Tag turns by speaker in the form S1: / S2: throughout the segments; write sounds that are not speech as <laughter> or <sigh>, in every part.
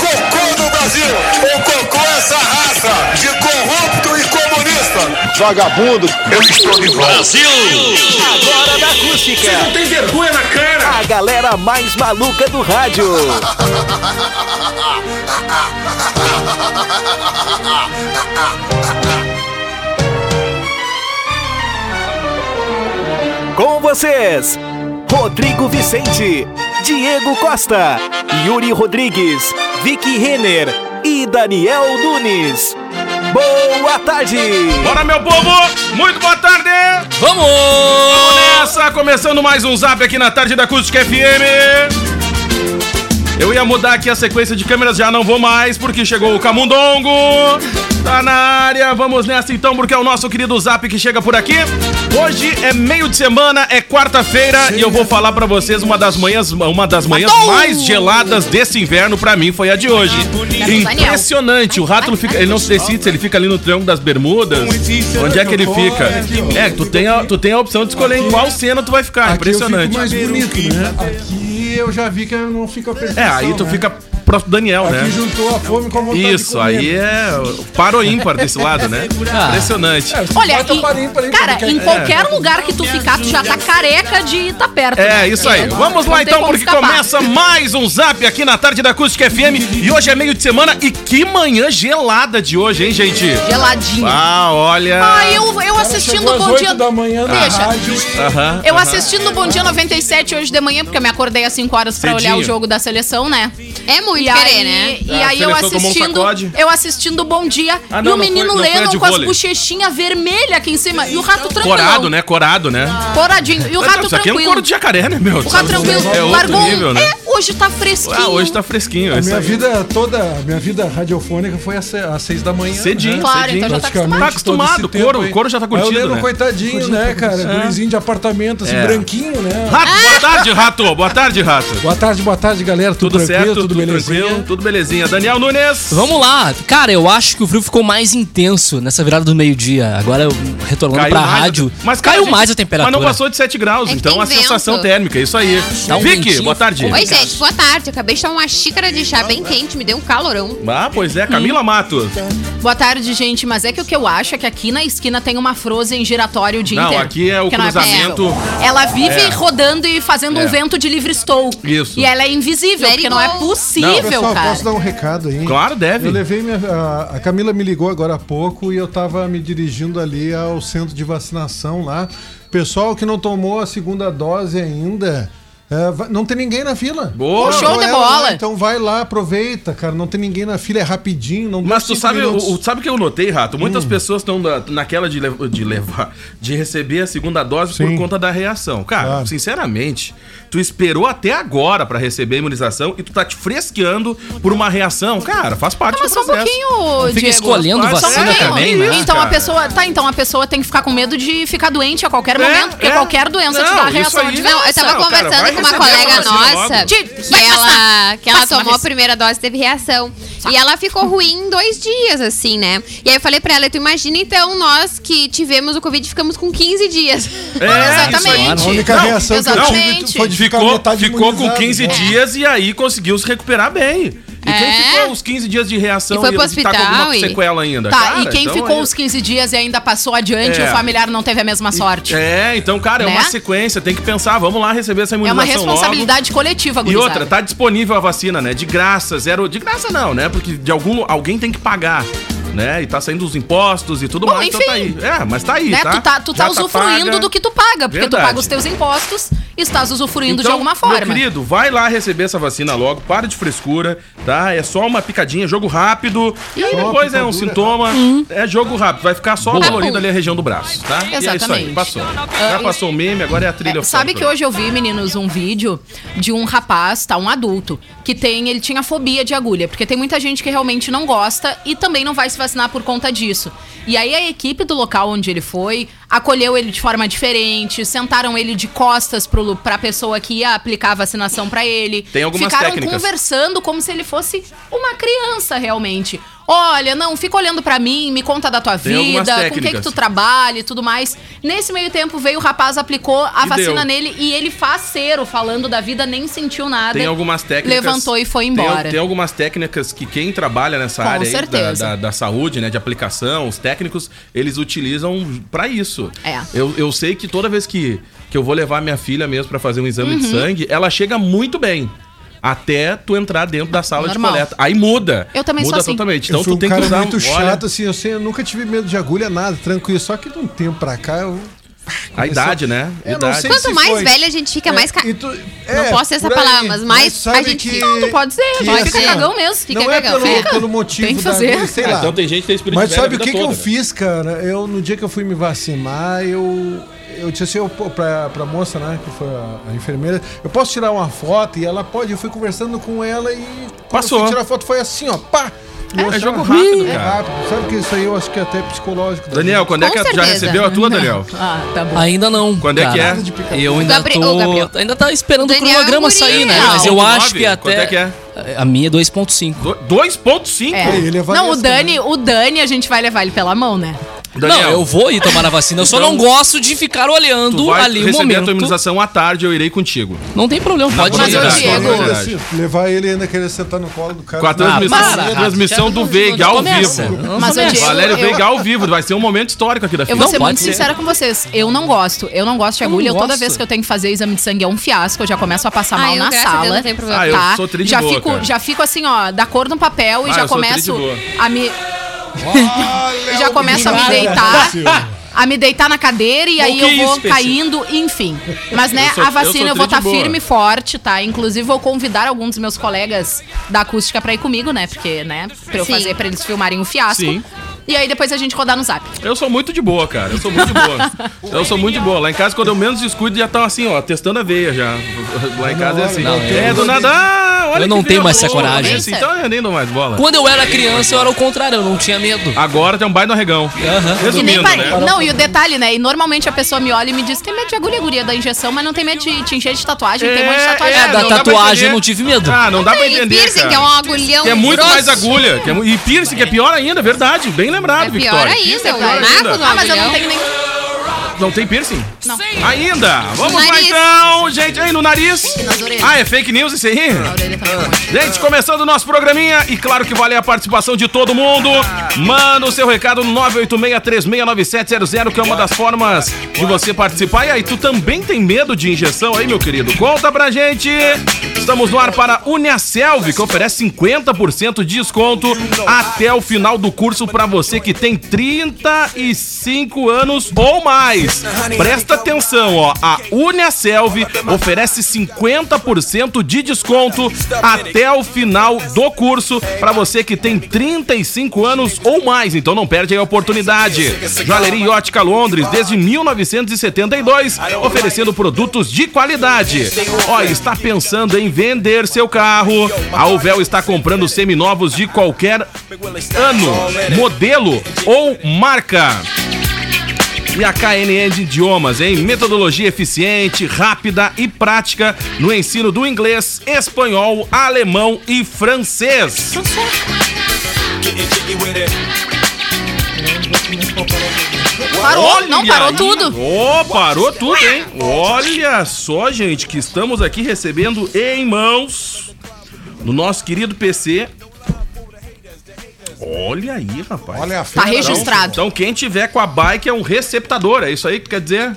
S1: cocô do Brasil. O cocô é essa raça de corrupto e comunista.
S2: Vagabundo, eu estou de volta.
S3: Agora da acústica.
S1: Tem vergonha na cara.
S3: A galera mais maluca do rádio. Com vocês, Rodrigo Vicente, Diego Costa, Yuri Rodrigues, Vicky Renner e Daniel Nunes. Boa tarde!
S4: Bora, meu povo! Muito boa tarde!
S5: Vamos!
S4: Essa começando mais um zap aqui na tarde da Acústica FM. Eu ia mudar aqui a sequência de câmeras, já não vou mais, porque chegou o Camundongo. Tá na área, vamos nessa então, porque é o nosso querido Zap que chega por aqui. Hoje é meio de semana, é quarta-feira, e eu vou falar pra vocês uma das manhãs, uma das manhãs mais geladas desse inverno pra mim foi a de hoje. Impressionante, o rato fica, ele não se decide se ele fica ali no Triângulo das Bermudas, onde é que ele fica. É, tu tem a, tu tem a opção de escolher em qual cena tu vai ficar,
S6: Aqui eu fico
S4: impressionante.
S6: mais bonito, né? Aqui eu já vi que eu não fica perfeito.
S4: É, aí tu fica próximo do Daniel, né?
S6: né? Aqui juntou a fome com a vontade de
S4: Isso,
S6: comer.
S4: aí
S7: né?
S4: é para o ímpar desse lado,
S7: <laughs>
S4: né? Impressionante.
S7: Olha,
S6: Bota
S7: e-
S6: parinho, parinho,
S7: cara,
S6: parinho,
S7: em qualquer lugar que tu ficar, tu já tá careca de estar perto.
S4: É,
S7: né?
S4: isso aí.
S7: Então,
S4: Vamos
S7: não
S4: lá
S7: tem
S4: então,
S7: como
S4: porque
S7: escapar.
S4: começa mais um zap aqui na tarde da Acústica FM. E hoje é meio de semana e que manhã gelada de hoje, hein, gente?
S7: Geladinho.
S4: Ah, olha.
S7: Ah, eu, eu assistindo
S6: Chegou
S7: o
S6: às
S7: Bom
S6: 8
S7: Dia...
S6: da manhã na
S7: Deixa.
S6: rádio.
S4: Aham.
S7: Eu assistindo o Bom Dia 97 hoje de manhã, porque eu me acordei às 5 horas pra
S4: Cedinho.
S7: olhar o jogo da seleção, né?
S8: É muito
S7: E
S8: querer,
S7: aí,
S8: né?
S7: e
S4: Ah, a
S7: aí eu
S4: seleção tomou um
S7: assistindo,
S4: sacode.
S7: eu assistindo o Bom Dia
S4: Ah, não,
S7: e o
S4: não foi-
S7: menino
S4: não foi a
S7: Lennon
S4: de
S7: com as
S4: vôlei.
S7: bochechinhas vermelhas aqui em cima e o rato tranquilo.
S4: Corado, né? Corado, né?
S7: Coradinho. E o rato
S4: Isso aqui é um
S7: tranquilo.
S4: couro de jacaré, né, meu?
S7: O rato tranquilo.
S4: É outro
S7: Largou um-
S4: nível, né?
S7: É, hoje tá fresquinho.
S4: Ah, hoje tá fresquinho.
S6: A
S4: isso
S6: minha
S4: aí.
S6: vida toda, a minha vida radiofônica foi às se- às 6 da manhã. né?
S4: Cedinho,
S7: Claro,
S4: cedinho.
S7: então já tá
S6: Praticamente
S4: Tá acostumado,
S6: todo esse tempo
S4: couro-
S6: aí.
S4: couro já tá
S6: Mas
S4: curtido,
S6: Eu lembro,
S4: né?
S6: coitadinho, né, cara? Gurizinho de apartamento, assim,
S4: É.
S6: branquinho, né?
S4: Rato, boa tarde, rato. Boa tarde, rato.
S6: Boa tarde, boa tarde, galera. Tudo,
S4: Tudo
S6: tranquilo,
S4: certo,
S6: tudo,
S4: tudo
S6: belezinha?
S4: tranquilo, tudo belezinha. Daniel Nunes.
S5: Vamos lá. Cara, eu acho que o frio ficou mais intenso nessa virada do meio-dia. Agora, eu retornando pra
S4: mais a-
S5: rádio,
S4: Mas, cara,
S5: caiu
S4: gente,
S5: mais a temperatura.
S4: Mas não passou de 7 graus,
S8: É que
S4: então
S8: tem
S4: a sensação
S8: vento.
S4: térmica, isso aí.
S5: Dá um
S4: Vicky,
S5: ventinho.
S4: boa tarde.
S8: Oi, gente, boa tarde. Acabei de tomar uma xícara de chá bem quente, me deu um calorão.
S4: Ah, pois é, Camila Matos.
S7: Boa tarde, gente. Mas é que o que eu acho é que aqui na esquina tem uma Frozen giratória o dia
S4: Não,
S7: inteiro.
S4: aqui é o
S7: Que não
S4: cruzamento.
S7: possível. ela vive
S4: É.
S7: rodando e fazendo
S4: É.
S7: um vento de livre estou.
S4: Isso.
S7: E ela é invisível,
S8: Let
S7: porque
S8: it
S7: não é
S8: go.
S7: possível,
S6: Pessoal,
S7: cara.
S6: posso dar um recado aí?
S4: Claro, deve.
S6: Eu levei minha. A, a Camila me ligou agora há pouco e eu tava me dirigindo ali ao centro de vacinação lá. Pessoal que não tomou a segunda dose ainda. é, vai- não tem ninguém na fila.
S4: Boa.
S7: Ô, show
S6: Então
S7: de
S6: é
S7: bola.
S6: lá, então vai lá, aproveita, cara. Não tem ninguém na fila, é rapidinho. Não
S4: Mas
S6: tem
S4: tu
S6: cinco
S4: sabe, o,
S6: minutos.
S4: o- sabe o que eu notei, Rato? Muitas pessoas estão na- naquela de, le- de levar, de receber a segunda dose por
S6: Sim.
S4: conta da reação. Cara,
S6: Claro.
S4: sinceramente, tu esperou até agora pra receber a imunização e tu tá te fresqueando por uma reação. Cara, faz parte
S7: Mas
S4: do
S7: só um
S4: processo.
S7: pouquinho,
S5: Fica
S7: Diego.
S5: escolhendo
S7: Só um
S5: vacina
S7: pouquinho.
S4: também, né,
S7: Então
S4: cara?
S7: a pessoa. Tá, então a pessoa tem que ficar com medo de ficar doente a qualquer
S4: É,
S7: momento, porque
S4: é.
S7: qualquer doença te
S4: Não,
S7: dá
S4: isso
S7: reação
S4: aí-
S7: adversa.
S8: Não, eu tava
S4: Não, cara,
S8: conversando
S4: vai
S8: com uma
S4: receber a
S8: colega
S4: vacina
S8: nossa
S4: logo.
S7: Ti-
S8: que
S7: vai
S8: ela,
S7: passar.
S8: que ela
S7: Passa uma
S8: tomou a
S7: vez.
S8: primeira dose teve reação. E ela ficou ruim em dois dias, assim, né? E aí eu falei pra ela, tu imagina então nós que tivemos o Covid e ficamos com 15 dias.
S4: É,
S8: Exatamente.
S4: isso
S6: A
S4: aí.
S6: única
S4: Não,
S6: reação que eu tive
S7: exatamente.
S6: foi de ficar
S4: ficou,
S6: metade
S4: ficou com
S6: imunizado. né?
S4: 15 dias e aí conseguiu se recuperar bem. E quem
S8: É.
S4: ficou os 15 dias de reação
S8: E foi pro
S4: tá com alguma
S8: hospital e-
S4: sequela ainda?
S7: Tá,
S4: Cara,
S7: e quem
S4: então
S7: ficou
S4: aí-
S7: os 15 dias e ainda passou adiante,
S4: É.
S7: o familiar não teve a mesma sorte.
S4: É, então, cara, é
S7: Né?
S4: uma sequência, tem que pensar, vamos lá receber essa
S7: É
S4: imunização
S7: uma
S4: logo.
S7: responsabilidade coletiva,
S4: E
S7: gurizada.
S4: outra, tá disponível a vacina, né? De graça, zero. De graça não, né? Porque de algum alguém tem que pagar, né? E tá saindo os impostos e tudo
S7: Bom,
S4: mais, então tá aí.
S7: enfim.
S4: É, mas tá aí,
S7: Né?
S4: tá?
S7: Tu tá, tu
S4: Já
S7: tá usufruindo
S4: paga.
S7: do que tu paga, porque
S4: Verdade.
S7: tu paga os teus impostos e estás usufruindo
S6: Então,
S7: de alguma
S4: Então, Meu
S7: forma.
S4: querido, vai lá receber essa vacina logo, para de frescura, tá? É só uma picadinha, jogo rápido. E aí
S6: Só
S4: depois é um
S6: picadura.
S4: sintoma.
S7: Hum.
S4: É jogo rápido, vai ficar só dolorido ali a região do braço, tá? E é isso aí,
S7: Exatamente. Ah,
S4: passou. Já passou o meme, agora é a trilha
S7: É, sabe que hoje eu vi, meninos, um vídeo de um rapaz, tá? Um adulto, que tem. Ele tinha fobia de agulha, porque tem muita gente que realmente não gosta e também não vai se vacinar por conta disso. E aí a equipe do local onde ele foi
S8: acolheu ele de forma diferente, sentaram ele de costas pro, lu- pra pessoa que ia aplicar a vacinação pra ele.
S4: Tem algumas
S8: Ficaram
S4: técnicas.
S8: conversando como se ele fosse uma criança realmente. Olha, não, fica olhando pra mim, me conta da tua
S4: Tem algumas
S8: vida, com o que que
S4: técnicas.
S8: tu trabalha e tudo mais. Nesse meio tempo veio o rapaz, aplicou a
S4: E
S8: vacina
S4: deu.
S8: nele e ele faceiro, falando da vida, nem sentiu nada.
S4: Tem algumas técnicas.
S8: Levantou e foi
S4: Tem-
S8: embora.
S4: Tem, algumas técnicas que quem trabalha nessa
S8: Com
S4: área aí da-
S8: certeza.
S4: da, da saúde, né? De aplicação, os técnicos, eles utilizam pra isso.
S8: É.
S4: Eu, eu sei que toda vez que, que eu vou levar minha filha mesmo pra fazer um exame
S8: Uhum.
S4: de sangue, ela chega muito bem. Até tu entrar dentro da sala
S8: Normal.
S4: de coleta. Aí muda.
S8: Eu também sou
S4: muda
S8: assim.
S4: totalmente.
S6: eu
S4: Então
S6: fui
S4: tu
S6: um
S4: tem
S6: cara
S4: que usar
S6: muito
S4: olha,
S6: chato, assim, eu, sei, eu nunca tive medo de agulha, nada, tranquilo. Só que de um tempo pra cá eu.
S4: a idade, né?
S6: Eu não
S4: idade.
S6: sei
S7: Quanto
S6: se
S7: mais
S6: foi.
S7: velha a gente fica, mais
S8: É,
S7: ca...
S6: É, e tu-
S7: Não posso ter essa
S6: por aí.
S7: palavra, mas mais
S6: sabe
S7: a gente
S6: que-
S7: fica- Não, tu
S8: Pode ser,
S6: que
S8: pode
S6: assim,
S8: fica
S6: ó,
S8: cagão mesmo, fica
S6: não é
S8: cagão.
S6: pelo,
S8: Fica.
S6: pelo motivo
S8: Tem que
S6: da
S8: fazer.
S6: agulha, sei
S1: Ah,
S6: lá.
S1: então tem gente que tem espírito
S6: Mas
S1: velho a
S6: sabe o
S1: vida
S6: que, que
S1: toda,
S6: eu
S1: né?
S6: fiz, cara? Eu, no dia que eu fui me vacinar, eu, eu disse assim, eu, pô, pra, pra moça, né, que foi a, a enfermeira, eu posso tirar uma foto? E ela pode, eu fui conversando com ela e... quando
S4: Passou.
S6: Eu fui tirar a foto, foi assim, ó, pá! E eu
S4: é
S6: achava-
S4: jogo rápido, cara.
S6: rápido. Sabe que isso aí eu acho que é até psicológico. da
S4: Daniel, quando é que
S7: Com
S4: já
S7: certeza.
S4: recebeu a tua, Daniel?
S8: Ah, tá bom.
S3: Ainda não.
S4: Quando é que é?
S3: Eu ainda
S7: Gabriel-
S3: tô.
S7: Ô, Gabriel.
S3: Ainda tá esperando o
S7: Daniel
S3: cronograma
S7: Muriel.
S3: sair, né? Mas eu
S4: 2.9?
S3: acho que até.
S4: Quanto é que é?
S3: A minha é 2,5.
S4: Do- 2.5?
S8: É.
S6: ele é
S8: não, o
S6: Vanessa,
S8: Dani, o Dani, a gente vai levar ele pela mão, né?
S3: é- Não, eu vou ir tomar a vacina. Eu só
S4: Então,
S3: não gosto de ficar
S4: Tu
S3: olhando
S4: vai
S3: ali o
S4: receber a tua
S3: momento.
S4: imunização à tarde, eu irei contigo.
S3: Não tem problema, pode
S8: Mas, ô,
S3: ir.
S4: oportunidade.
S8: Diego,
S6: Olha,
S4: Verdade.
S6: assim, Levar ele e ainda querer sentar no colo do cara.
S4: Com a
S6: Não,
S4: transmissão,
S3: para,
S4: a transmissão
S3: Rafa,
S4: do
S3: já
S4: Veiga
S3: não
S4: ao
S3: começa,
S4: vivo.
S3: não
S8: Mas, ô,
S3: começa.
S8: Diego,
S4: Valério
S8: eu-
S4: Veiga ao vivo, vai ser um momento histórico aqui da
S8: Eu
S4: fila.
S8: vou ser
S3: pode
S8: muito
S3: ser.
S8: sincera com vocês. Eu não gosto. Eu não gosto de
S3: Eu
S8: agulha.
S3: não
S8: Toda
S3: gosto.
S8: vez que eu tenho que fazer exame de sangue é um fiasco. Eu já começo a passar
S7: Ah,
S8: mal
S7: eu,
S8: na
S7: graças a Deus,
S8: sala.
S7: não tenho problema.
S4: Ah, eu
S8: tá?
S4: sou tri de
S8: já,
S4: boa,
S8: fico,
S4: cara.
S8: já fico assim, ó, da cor de um papel e
S4: Ah,
S8: já
S4: eu sou tri de
S8: começo
S4: boa. é
S8: a me.
S6: Olha
S8: <laughs> já
S6: o
S8: começo a me
S6: Brasil.
S8: deitar. A me deitar na cadeira e aí
S4: que
S8: eu vou
S4: isso, Peixe?
S8: caindo, enfim. Mas, né,
S4: Eu sou-
S8: a
S4: eu
S8: vacina
S4: sou
S8: eu, vou
S4: tri de
S8: estar
S4: boa.
S8: firme e forte, tá? Inclusive, vou convidar algum dos meus colegas da acústica pra ir comigo, né? Porque, né, pra eu
S7: Sim.
S8: fazer, pra eles filmarem o fiasco.
S4: Sim.
S8: E aí depois a gente rodar no zap.
S4: Eu sou muito de boa, cara. Eu sou muito de boa.
S8: <laughs>
S4: eu sou muito de boa. Lá em casa, quando eu menos descuido, já tá assim, ó, testando a veia já. Lá em casa é assim.
S3: Não, eu-
S4: é, do nada. ah, olha
S3: Eu não
S4: que
S3: tenho
S4: veia
S3: mais essa
S4: boa.
S3: coragem.
S4: É assim, Então eu nem dou mais bola.
S3: Quando eu era criança, eu era o contrário, eu não tinha medo.
S4: Agora tem um baita arregão.
S3: Aham.
S8: E nem
S4: Resumindo,
S8: pare-
S4: né?
S8: Não, e o detalhe, né? E normalmente a pessoa me olha e me diz: tem medo de agulha guria da injeção, mas não tem medo de te encher de tatuagem, tem um monte de tatuagem.
S3: é, da
S4: não dá pra
S3: tatuagem eu
S4: entender.
S3: não tive medo.
S4: Ah, não dá pra
S7: E
S4: entender.
S7: piercing,
S4: cara.
S7: que é um agulhão
S4: Que é muito
S7: grosso.
S4: mais agulha. que é mu- e piercing, que é pior ainda, verdade. Bem lembrado,
S7: É pior
S4: Victoria.
S7: ainda, o
S4: pior ainda.
S7: naco no
S8: Ah, mas eu
S7: agulhão.
S8: não tenho nem.
S4: Não tem piercing?
S8: Não.
S4: Ainda! Vamos lá
S7: nariz.
S4: então, gente. Aí no nariz.
S8: nas orelhas.
S4: Ah, é fake news isso aí? Gente, começando o nosso programinha e claro que vale a participação de todo mundo. Manda o seu recado no 986369700, que é uma das formas de você participar. E aí, tu também tem medo de injeção aí, meu querido? Conta pra gente. Estamos no ar para Uniaselv, que oferece 50% de desconto até o final do curso pra você que tem 35 anos ou mais. Presta atenção, ó. A Uniaselv oferece 50% de desconto até o final do curso para você que tem 35 anos ou mais. Então não perde aí a oportunidade. Joalheria e Ótica Londres, desde 1972, oferecendo produtos de qualidade. Ó, está pensando em vender seu carro? A Uvel está comprando seminovos de qualquer ano, modelo ou marca. E a KNN de Idiomas, hein? Metodologia eficiente, rápida e prática no ensino do inglês, espanhol, alemão e francês.
S8: Parou, não parou
S4: aí.
S8: tudo.
S4: Ô, parou tudo, hein? Olha só, gente, que estamos aqui recebendo em mãos no nosso querido PC. Olha aí, rapaz.
S6: Olha a
S8: Tá
S6: feira.
S8: registrado.
S4: Então, quem tiver com a bike é um receptador, é isso aí que tu quer dizer?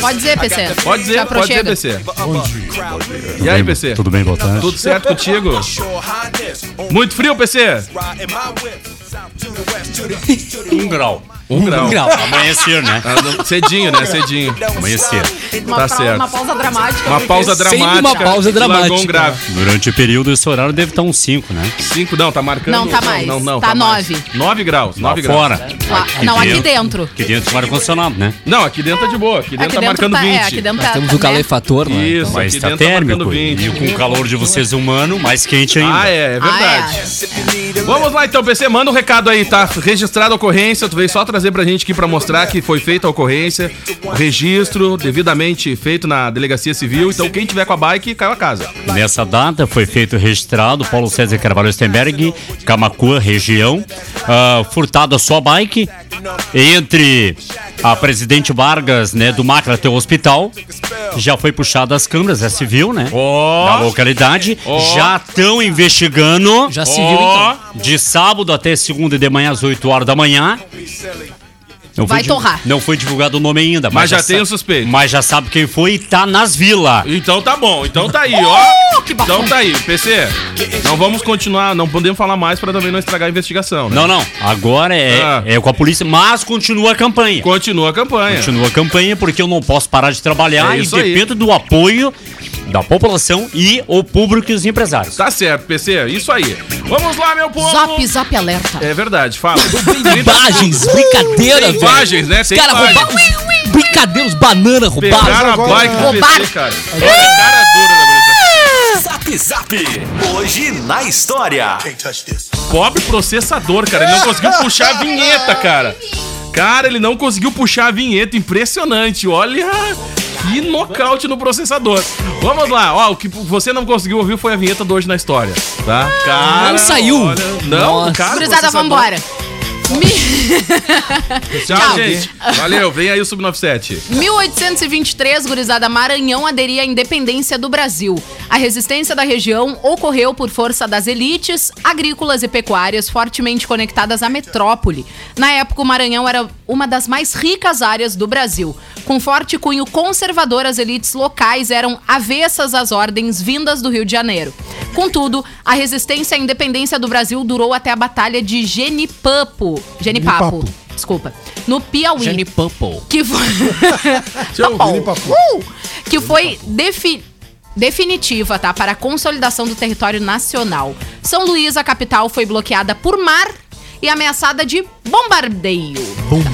S8: Pode dizer, PC.
S4: Pode dizer,
S8: Já
S4: pode dizer,
S8: prochega.
S4: PC. E aí, PC?
S1: Tudo bem, boa tarde.
S4: Tudo certo contigo? Muito frio, PC?
S1: Um grau.
S4: Um grau.
S3: Grau.
S1: Amanhecer, né?
S4: Ah, não- Cedinho, né? Cedinho.
S1: Amanhecer.
S8: Uma,
S4: Tá
S8: pra-
S4: certo.
S8: uma pausa dramática.
S4: Uma pausa
S3: Sempre
S4: dramática.
S3: uma pausa
S4: Largou
S3: dramática.
S4: um grave.
S1: Durante o período, esse horário deve estar uns 5, né?
S4: Cinco, não, tá marcando.
S8: Não, tá mais.
S4: Não, não,
S8: Tá
S4: mais.
S8: nove.
S4: Nove graus,
S1: Lá
S4: nove graus.
S1: fora.
S8: Lá- não, aqui dentro.
S1: Aqui dentro do ar-condicionado, né?
S4: Não, aqui dentro tá de boa. Aqui dentro
S8: Aqui
S4: tá
S8: dentro
S4: marcando
S8: tá.
S4: 20.
S8: É, aqui dentro
S3: Nós
S8: tá.
S3: temos o
S8: né?
S3: calefator, né?
S4: Isso,
S1: Mas
S4: aqui
S1: está
S4: dentro tá marcando
S1: térmico. E
S4: 20.
S1: com o calor de vocês humano, mais quente ainda.
S4: Ah, é, é
S8: Ah,
S4: verdade.
S8: é.
S4: Vamos lá então, PC, manda um recado aí, tá? Registrada a ocorrência, tu veio só trazer pra gente aqui pra mostrar que foi feita a ocorrência, o registro devidamente feito na delegacia civil. Então quem tiver com a bike, caiu a casa.
S1: Nessa data foi feito registrado Paulo César Carvalho Stenberg, Camacuã, região, ah, furtado a sua bike entre a Presidente Vargas, né, do Macra até o hospital. Já foi puxada as câmeras, é civil, né?
S4: Ó.
S1: Da localidade.
S4: Ó.
S1: Já estão investigando.
S3: Já se viu então.
S1: De sábado até segunda de manhã às 8 horas da manhã. Não
S8: Vai
S1: foi divu-
S8: torrar.
S1: Não foi divulgado o nome ainda.
S4: Mas já tem
S1: sa-
S4: o suspeito.
S1: Mas já sabe quem foi e tá nas vilas.
S4: Então tá bom, então tá aí,
S3: Uh,
S4: ó. Então tá aí, PC. Não vamos continuar, não podemos falar mais pra também não estragar a investigação, né?
S1: Não, não. Agora é,
S4: Ah.
S1: é com a polícia, mas continua a campanha.
S4: Continua a campanha.
S1: Continua a campanha porque eu não posso parar de trabalhar
S4: É
S1: e
S4: isso aí.
S1: dependo do apoio da população e o público e os empresários.
S4: Tá certo, PC, isso aí. Vamos lá, meu povo.
S8: Zap, zap alerta.
S4: É verdade, fala.
S3: <laughs> Imagens, brincadeira,
S4: Tem
S3: velho.
S4: imagens, né?
S3: Os
S4: Tem
S3: caras
S4: imagens.
S3: roubaram. Brincadeiros, banana roubaram.
S4: Pegaram a
S6: agora-
S4: bike do PC,
S8: Roubaram.
S4: cara. É cara dura da organização.
S9: Zap Zap. Hoje na história.
S4: Pobre processador, cara. Ele não conseguiu puxar a vinheta, cara. Cara, ele não conseguiu puxar a vinheta. Impressionante. Olha que nocaute no processador. Vamos lá. Ó, o que você não conseguiu ouvir foi a vinheta do Hoje na História, tá? Cara,
S3: não saiu.
S4: olha, não,
S3: Nossa.
S4: cara.
S8: Gurizada,
S4: processador.
S8: vambora.
S4: Tchau,
S8: Tchau. Tá
S4: gente. Valeu. Vem aí o Sub97.
S8: 1823, gurizada Maranhão aderia à independência do Brasil. A resistência da região ocorreu por força das elites agrícolas e pecuárias fortemente conectadas à metrópole. Na época, o Maranhão era uma das mais ricas áreas do Brasil. Com forte cunho conservador, as elites locais eram avessas às ordens vindas do Rio de Janeiro. Contudo, a resistência à independência do Brasil durou até a Batalha de Genipapo. Genipapo.
S6: Genipapo.
S8: Desculpa. No Piauí
S3: Jenny Pumple.
S8: que foi <laughs>
S6: Tchau, Vini Papu.
S8: Uh! que foi defi- definitiva, tá, para a consolidação do território nacional. São Luís, a capital, foi bloqueada por mar e ameaçada de bombardeio.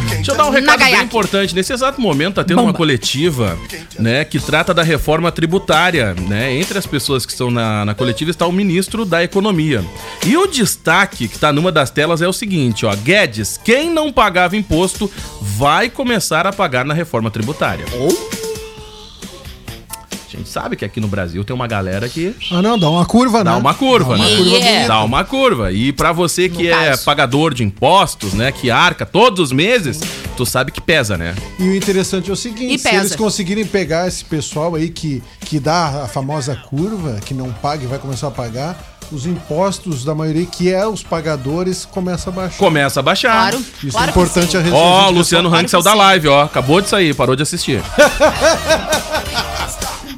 S4: Deixa eu dar um recado bem
S8: Nagayaki.
S4: importante. Nesse exato momento tá tendo uma coletiva, né, que trata da reforma tributária, né? Entre as pessoas que estão na, na coletiva está o ministro da Economia. E o destaque que tá numa das telas é o seguinte, ó, Guedes, quem não pagava imposto vai começar a pagar na reforma tributária. Ou a gente sabe que aqui no Brasil tem uma galera que
S6: Ah, não, dá uma curva,
S4: Dá
S6: né?
S4: uma curva, né?
S6: curva
S8: Yeah.
S6: bonita.
S4: Dá uma curva. E pra você que
S8: No
S4: é
S8: caso.
S4: pagador de impostos, né, que arca todos os meses, tu sabe que pesa, né?
S6: E o interessante é o seguinte:
S8: E
S6: se
S8: pesa.
S6: eles conseguirem pegar esse pessoal aí que, que dá a famosa curva, que não paga e vai começar a pagar, os impostos da maioria, que é os pagadores, começa a baixar.
S4: Começa a baixar.
S8: Claro.
S6: Isso
S8: claro
S6: é
S8: que
S6: importante
S8: sim.
S6: a gente.
S4: Ó,
S6: a
S4: o
S6: gente
S4: Luciano
S8: claro
S4: Rank saiu
S8: que
S4: da
S8: sim.
S4: live, ó. Acabou de sair, parou de assistir.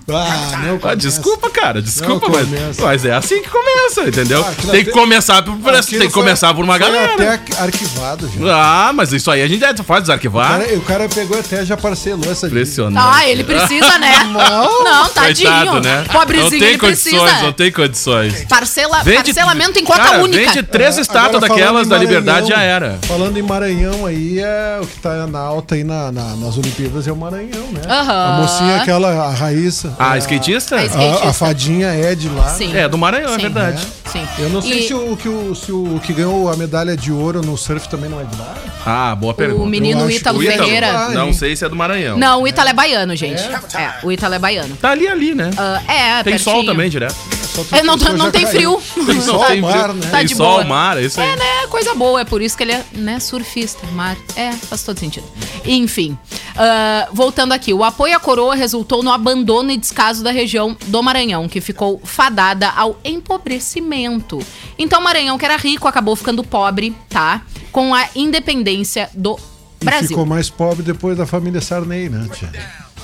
S6: Ah, não,
S4: Ah,
S6: começa.
S4: desculpa, cara, desculpa,
S6: Não,
S4: mas,
S6: começa.
S4: mas é assim que começa, entendeu?
S6: Ah, aquilo
S4: tem que
S6: até-
S4: começar por, por- tem
S6: Aquilo
S4: que
S6: foi-
S4: começar por uma
S6: foi é Até
S4: galera.
S6: arqui- arquivado, já.
S4: Ah, mas isso aí a gente já faz
S6: O
S4: desarquivar.
S6: cara, é o cara pegou até já parcelou essa
S4: Ah.
S6: dívida.
S4: Impressionante.
S8: Ah, ele precisa, né?
S4: <laughs>
S8: Não, não tadinho.
S4: Coitado, né?
S8: Pobrezinho,
S4: não tem
S8: ele
S4: condições,
S8: precisa.
S4: não tem condições.
S8: Parcela, parcelamento em cota
S4: cara,
S8: única. É.
S4: Vende três estátuas
S6: Agora, falando
S4: daquelas
S6: em
S4: da
S6: Maranhão,
S4: liberdade já era.
S6: Falando em Maranhão aí, é o que tá na alta aí na- na- nas Olimpíadas é o Maranhão, né?
S8: Aham.
S6: A mocinha aquela, a Raíssa.
S4: Ah,
S6: a-
S4: skatista?
S8: A skate-
S6: A, a fadinha é de lá.
S8: Sim.
S4: É, do Maranhão, é
S8: Sim.
S4: verdade.
S8: Sim.
S6: Eu não sei
S8: E
S6: se, o, que o- se o que ganhou a medalha de ouro no surf também não é de lá.
S4: Ah, boa pergunta.
S8: o menino
S6: acho que
S8: Ítalo
S4: O Ítalo,
S8: Ferreira.
S4: Não sei se é do Maranhão.
S8: Não, o Ítalo é baiano, gente. É, o Ítalo é baiano.
S4: Tá ali, ali, né?
S8: Ah, é,
S4: Tem sol
S8: pertinho.
S4: também
S8: <laughs>
S4: direto.
S6: Só tu-
S8: É, não,
S6: só
S8: não
S6: já
S8: tem
S6: caiu.
S8: frio. <laughs>
S4: Tem sol,
S6: sol,
S4: tem
S6: mar,
S4: frio.
S6: né?
S8: Tá
S4: Tem
S8: de
S4: sol,
S8: boa.
S4: mar, é isso aí.
S8: É, né? Coisa boa. É por isso que ele é né, surfista. Mar. É, faz todo sentido. Enfim. ah, voltando aqui. O apoio à coroa resultou no abandono e descaso da região do Maranhão, que ficou fadada ao empobrecimento. Então, Maranhão, que era rico, acabou ficando pobre, tá? Com a independência do
S6: E
S8: Brasil.
S6: ficou mais pobre depois da família Sarney, né, tia?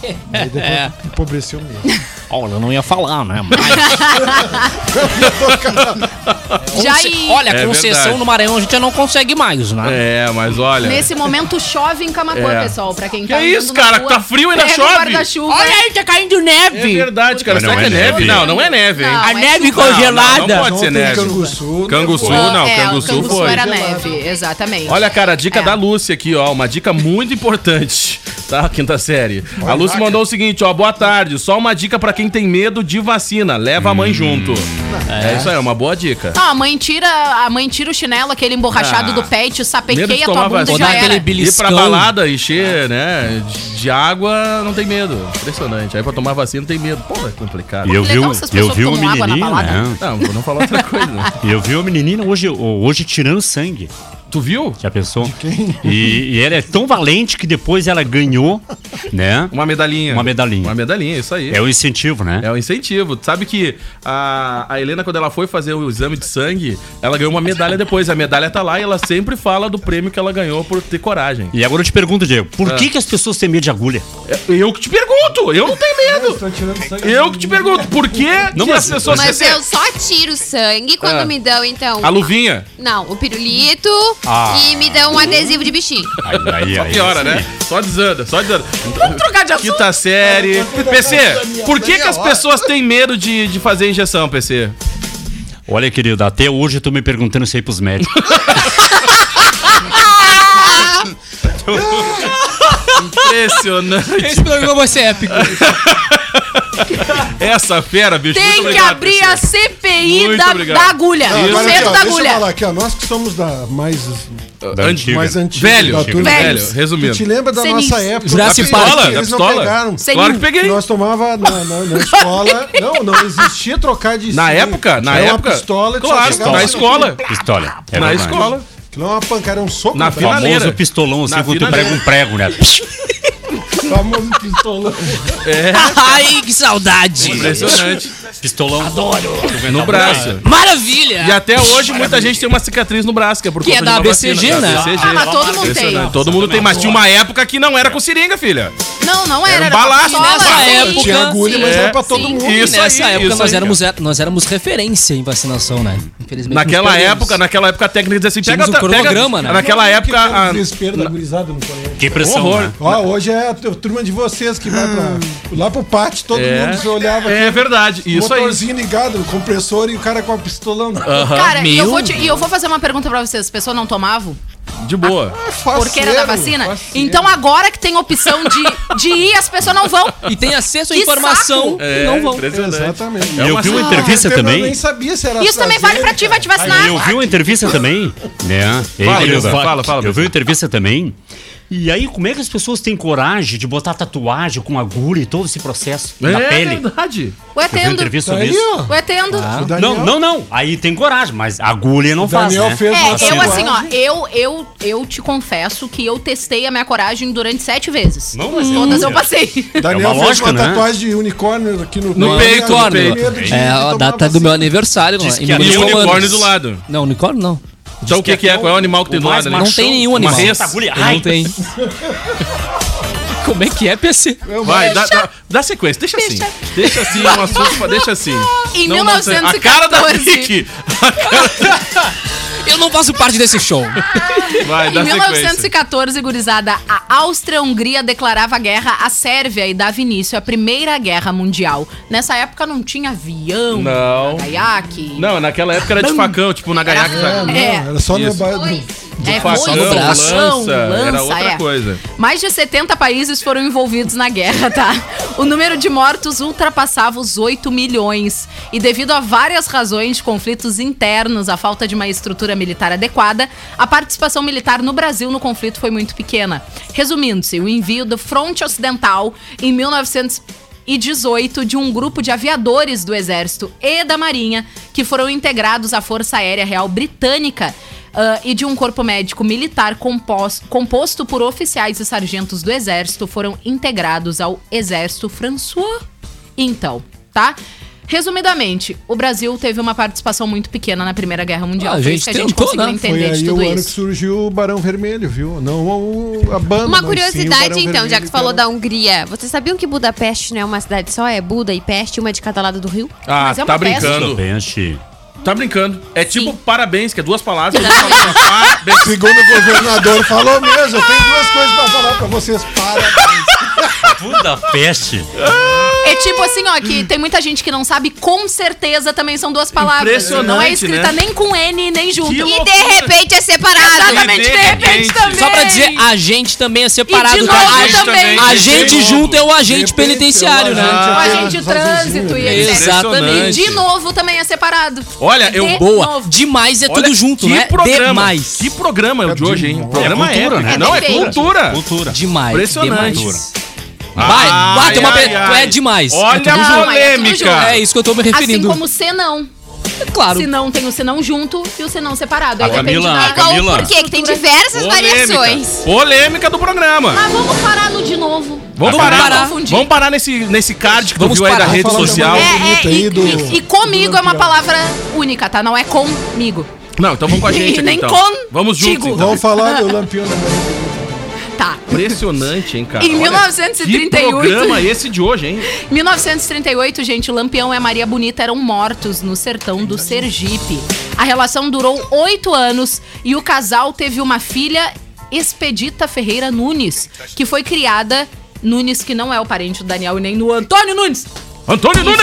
S6: Aí
S8: É.
S6: depois empobreceu mesmo.
S3: Olha, eu não ia falar, né? <laughs> Mas...
S8: Já
S3: Conce-
S8: em-
S4: É
S3: Olha, a
S4: verdade.
S3: concessão no Maranhão a gente já não consegue mais, né?
S4: É, mas olha.
S8: Nesse momento chove em Camacuã,
S4: É.
S8: pessoal. Pra quem
S4: Que
S8: tá andando
S4: isso,
S8: na
S4: cara?
S8: rua,
S4: Tá frio e ainda
S8: pega o
S4: chove?
S8: guarda-chuva.
S3: aí, tá caindo
S4: É
S3: neve!
S4: verdade, cara.
S1: Mas
S4: Será
S1: não
S4: que é
S1: é
S4: neve?
S1: neve.
S4: Não, não é neve, hein?
S8: Não, é chuva.
S4: Não, não pode ser
S6: Ontem,
S4: neve.
S6: Canguçu,
S4: Canguçu,
S8: Ah,
S4: não.
S8: é,
S4: Canguçu,
S8: o Canguçu
S4: foi.
S8: era neve, exatamente.
S4: Olha, cara, a dica
S8: É.
S4: da Lúcia aqui, ó. Uma dica muito importante. tá? Quinta série. A Lúcia mandou o seguinte, ó. Boa tarde. Só uma dica pra quem tem medo de vacina. Leva a
S1: Hum.
S4: mãe junto. É, isso aí, é uma boa dica.
S8: Não, a mãe tira, a mãe tira o chinelo, aquele emborrachado
S4: Ah.
S8: do pé e te
S4: medo de
S8: sapequeia a tua
S4: tomar
S8: bunda e
S4: vacina.
S8: já era.
S4: Ir pra balada, encher, né? De, de água, não tem medo. Impressionante. Aí pra tomar vacina tem medo. Pô, é complicado.
S1: E eu vi,
S8: legal
S1: um-
S8: essas
S1: eu
S8: pessoas
S1: vi
S8: que
S1: uma
S8: tomam água na
S1: menininha,
S8: balada.
S1: né?
S4: Não, vou não falar
S1: <laughs>
S4: outra coisa. né?
S1: E eu vi uma menina hoje, hoje tirando sangue.
S4: Tu viu?
S1: Já pensou? E, e ela é tão valente que depois ela ganhou, né?
S4: Uma medalhinha.
S1: Uma medalhinha.
S4: Uma medalhinha, isso aí.
S1: É o incentivo, né?
S4: É um incentivo. Tu sabe que a, a Helena, quando ela foi fazer o exame de sangue, ela ganhou uma medalha depois. A medalha tá lá e ela sempre fala do prêmio que ela ganhou por ter coragem.
S1: E agora eu te pergunto, Diego,
S4: Ah.
S1: por que, que as pessoas têm medo de agulha?
S4: É, Eu que te pergunto, eu não tenho medo.
S6: Estão tirando sangue.
S4: Eu que te pergunto, por que,
S1: Não,
S4: que
S1: mas-
S4: as pessoas
S7: Mas
S4: recebem?
S7: eu só tiro sangue quando
S4: Ah.
S7: me dão, então.
S4: A luvinha.
S7: Não, o pirulito
S1: Ah,
S6: Ah.
S7: e me dão um adesivo de bichinho.
S1: Aí, aí, aí.
S4: Piora, né? Só desanda, só desanda. Vamos trocar de assunto. é Quinta série. PC, por que, que as pessoas têm medo de, de fazer injeção, <laughs> PC?
S1: Olha, querido, até hoje eu tô me perguntando isso aí pros médicos.
S4: Impressionante.
S3: Esse programa vai ser épico.
S4: Essa fera, bicho. muito
S8: Tem que
S4: obrigado,
S8: abrir a
S4: PC.
S8: CPI
S4: Muito
S8: da,
S4: obrigado. Ah.
S8: da agulha,
S6: Não,
S8: do
S6: agora aqui,
S8: centro
S6: ó,
S8: da
S6: deixa eu falar
S8: agulha.
S6: aqui, ó, nós que somos da mais
S1: Da antiga.
S6: mais antigo.
S4: Velho,
S6: da turma.
S8: velho,
S4: resumindo.
S6: Tu te lembra da
S8: Senis.
S6: nossa época?
S3: Jurassic
S6: Eles não
S4: Park.
S6: pegaram, Eles não
S4: Pistola?
S6: pegaram.
S8: Sem um.
S4: Claro
S8: mim.
S4: que peguei.
S6: Nós tomava na, na-
S8: <laughs>
S6: na escola. não, não existia trocar de
S4: Na
S6: sangue.
S4: época, na
S6: Era
S4: época.
S6: Uma pistola, tu só
S4: claro,
S6: chegava
S4: na
S6: lá-
S4: escola.
S1: Pistola. é
S4: na
S1: verdade.
S4: escola.
S6: Aquilo é uma pancada, é um soco.
S4: Na
S6: no braço.
S4: finaleira.
S1: Famoso pistolão, assim,
S4: Na
S1: quando tu prega
S4: finaleira.
S1: um prego, né?
S6: Famoso
S8: <laughs>
S6: pistolão.
S3: <laughs> Ai, que saudade.
S4: Impressionante.
S1: Pistolão. Adoro.
S4: No braço.
S3: Maravilha.
S4: E é até hoje muita gente tem uma cicatriz no braço, que é por
S3: Que
S4: conta
S3: é da
S4: de uma
S3: ABCG,
S4: vacina,
S3: né?
S4: da ABCG.
S8: Ah, mas todo mundo tem.
S4: Impressionante. Todo mundo tem, mas tinha uma época que não era com seringa, filha.
S8: Não, não é.
S4: Era um
S8: era.
S4: balaço,
S8: uma
S4: nessa
S8: pistola, sim.
S3: época.
S6: Tinha agulha, mas
S4: É,
S6: era pra todo
S8: sim.
S6: mundo.
S4: Isso
S3: nessa
S4: aí,
S3: época
S4: isso
S3: nós,
S4: aí,
S3: éramos, é, nós éramos referência em vacinação, né? Infelizmente.
S4: Naquela
S3: nos perdemos.
S4: época, né? naquela época a técnica dizia assim, pega...
S3: Tínhamos um
S4: pega-
S3: cronograma, né?
S4: Naquela época...
S6: Que foi o
S4: a-
S6: desespero da gurizada no colégio.
S1: Que pressão,
S4: Horror.
S1: né?
S6: Ó, hoje é a t- turma de vocês que vai pra, lá pro pátio, todo
S4: É.
S6: mundo se olhava
S4: É verdade, isso aí.
S6: motorzinho ligado, compressor e o cara com a pistola. na-
S1: Ah,
S8: Cara, e eu,
S3: Meu.
S8: vou te- e eu vou fazer uma pergunta pra vocês. As pessoas não tomavam?
S4: De boa.
S8: Porque era da vacina? Então agora que tem opção de, de ir, as pessoas não vão.
S3: E tem acesso à
S8: Que
S3: informação,
S8: saco.
S4: É,
S3: não vão.
S6: Exatamente.
S1: E eu vi um uma entrevista
S6: Eu nem
S1: também.
S6: sabia se era
S8: Isso também vale pra ti, vai te vacinar.
S1: E eu vi uma entrevista também, né? Ei,
S4: Fala,
S1: querido,
S4: Bruno, fala, fala,
S1: Eu
S4: Bruno.
S1: vi uma entrevista também. E aí, como é que as pessoas têm coragem de botar tatuagem com agulha e todo esse processo na pele? Eu
S4: É verdade.
S8: O
S1: vi uma
S8: etendo.
S1: entrevista Ah. sobre
S6: Aí,
S1: isso.
S6: ó.
S8: O etendo.
S1: Não, não, não. Aí tem coragem, mas agulha não faz,
S6: Daniel
S1: né?
S6: fez uma
S8: É, eu
S6: tatuagem.
S8: assim, ó, eu, eu, eu te confesso que eu testei a minha coragem durante sete vezes.
S1: Não, mas é
S8: Todas
S1: óbvio.
S8: eu passei.
S1: É
S6: Daniel
S1: uma
S6: fez
S1: lógica,
S6: uma
S1: né?
S6: tatuagem de unicórnio aqui no,
S4: No peito,
S6: eu
S4: no
S6: tenho
S4: peito.
S6: medo de-
S3: É
S6: de
S3: a
S6: tomar
S3: data do
S6: vacina.
S3: meu aniversário, né?
S1: que
S3: Em
S1: ali
S4: E
S3: Minas
S4: o unicórnio
S3: Romanas.
S4: do lado.
S3: Não, unicórnio não.
S4: Então o que, que é? Qual é o animal que tem do
S1: mais
S4: lado? ali?
S3: Não tem nenhum animal.
S4: Uma res.
S1: Agulha.
S3: Eu
S1: Ai.
S3: não
S4: <laughs>
S3: tem. Como é que é, PC?
S4: Vai, dá, dá, dá sequência, deixa assim. Deixa assim, um assunto, pra- deixa assim.
S8: Em
S4: Não, não sei.
S8: 1914.
S4: A cara da Vicky!
S3: Eu não faço parte desse show.
S1: É
S4: Vai, dá
S8: Em
S4: sequência.
S8: 1914, gurizada, a Áustria-Hungria declarava guerra à Sérvia e dava início à Primeira Guerra Mundial. Nessa época não tinha avião,
S4: Não.
S8: caiaque.
S4: Não, naquela época era de facão, tipo na gaiaca.
S6: Ah, não,
S4: sabe?
S8: É.
S6: era só
S4: Isso.
S6: no ba-
S8: É,
S4: Facão,
S8: foi
S3: no braço.
S8: facão,
S4: lança, era outra
S8: é.
S4: coisa.
S8: Mais de 70 países foram envolvidos na guerra, tá? O número de mortos ultrapassava os 8 milhões. E devido a várias razões de conflitos internos, a falta de uma estrutura militar adequada, a participação militar no Brasil no conflito foi muito pequena. Resumindo-se, o envio do fronte ocidental em 1900 e 18 de um grupo de aviadores do Exército e da Marinha que foram integrados à Força Aérea Real Britânica ah, e de um corpo médico militar compos- composto por oficiais e sargentos do Exército foram integrados ao Exército François. Então, tá? Resumidamente, o Brasil teve uma participação muito pequena na Primeira Guerra Mundial.
S3: Ah, a
S8: Foi
S3: gente
S8: isso que
S3: tentou,
S8: conseguiu
S3: né?
S6: Foi
S8: entender é de
S6: aí
S8: tudo
S6: o ano que
S8: isso.
S6: surgiu o Barão Vermelho, viu? Não o- a banda.
S7: Uma
S6: mas sim o
S7: curiosidade,
S6: Barão
S7: então, já que
S6: Vermelho, é
S7: tu falou
S6: era-
S7: da Hungria. Vocês sabiam que Budapeste não é uma cidade só? É Buda e Peste, uma de cada lado do rio?
S4: Ah,
S8: Mas é uma
S4: tá
S8: festa.
S4: brincando.
S1: Peste.
S4: Tá brincando. É tipo parabéns, que é duas palavras. duas palavras, Ah, parabéns.
S6: Segundo o governador, falou mesmo. Eu tenho duas coisas pra falar pra vocês. Para.
S1: Budapeste.
S8: É tipo assim, ó, que tem muita gente que não sabe, com certeza também são duas palavras.
S4: Impressionante,
S8: Não é escrita
S4: né?
S8: nem com N, nem junto.
S4: Que
S7: E
S4: loucura.
S7: de repente é separado.
S8: Exatamente,
S4: E
S8: de
S4: de
S8: repente
S4: repente.
S8: também.
S3: Só pra dizer, a gente também é separado.
S8: E de
S3: tá?
S8: novo
S3: a, gente-
S8: também.
S3: a gente
S4: De novo.
S3: junto é o agente penitenciário, né?
S8: O
S4: Ah,
S8: agente de trânsito e etc.
S3: Exatamente.
S8: De novo também é separado.
S4: Olha, eu-
S8: De
S3: Boa.
S8: novo.
S3: Demais é
S4: Olha,
S3: tudo junto,
S4: que
S3: né?
S4: Programa,
S3: Demais.
S4: Que programa é o de hoje, hein? O programa é,
S1: cultura,
S4: épico.
S1: né?
S4: Não, é
S8: É bem feito.
S4: cultura.
S1: Cultura.
S3: Demais.
S4: Impressionante.
S3: Demais. Ah, Vai, vai, tem uma pe- tu é demais. É
S4: Olha
S3: tudo
S4: a
S3: junto.
S4: polêmica.
S3: É isso que eu tô me
S8: Assim
S3: referindo.
S8: como senão.
S3: claro.
S8: Senão tem o senão junto e o senão separado.
S1: A
S8: Aí depende
S1: Camila-
S8: da-
S1: a Camila-
S7: Por quê? Que tem diversas variações.
S4: Polêmica. Polêmica do programa.
S8: Mas Então vamos parar no de novo.
S4: Vamos
S1: Tá
S4: parar.
S3: parar.
S4: Vamos parar nesse, nesse card que
S3: Vamos
S4: tu viu
S3: parar.
S4: aí da rede
S6: Vamos falar
S4: social.
S6: de
S8: É, é,
S6: Bonito
S8: e,
S6: aí do-
S8: e- e comigo é uma palavra única, tá? Não é comigo.
S4: Não, então vamos com a gente aqui,
S8: Nem
S4: então.
S8: contigo.
S4: Vamos juntos, então.
S6: Vamos falar do Lampião da Manhã.
S8: Tá.
S4: Impressionante, hein, cara?
S8: Em
S4: Olha,
S8: 1938.
S4: Que programa esse de hoje, hein?
S8: 1938, gente, o Lampião e a Maria Bonita eram mortos no sertão do Sergipe. A relação durou oito anos e o casal teve uma filha, Expedita Ferreira Nunes, que foi criada. Nunes, que não é o parente do Daniel e nem do Antônio Nunes,
S4: Antônio Nunes!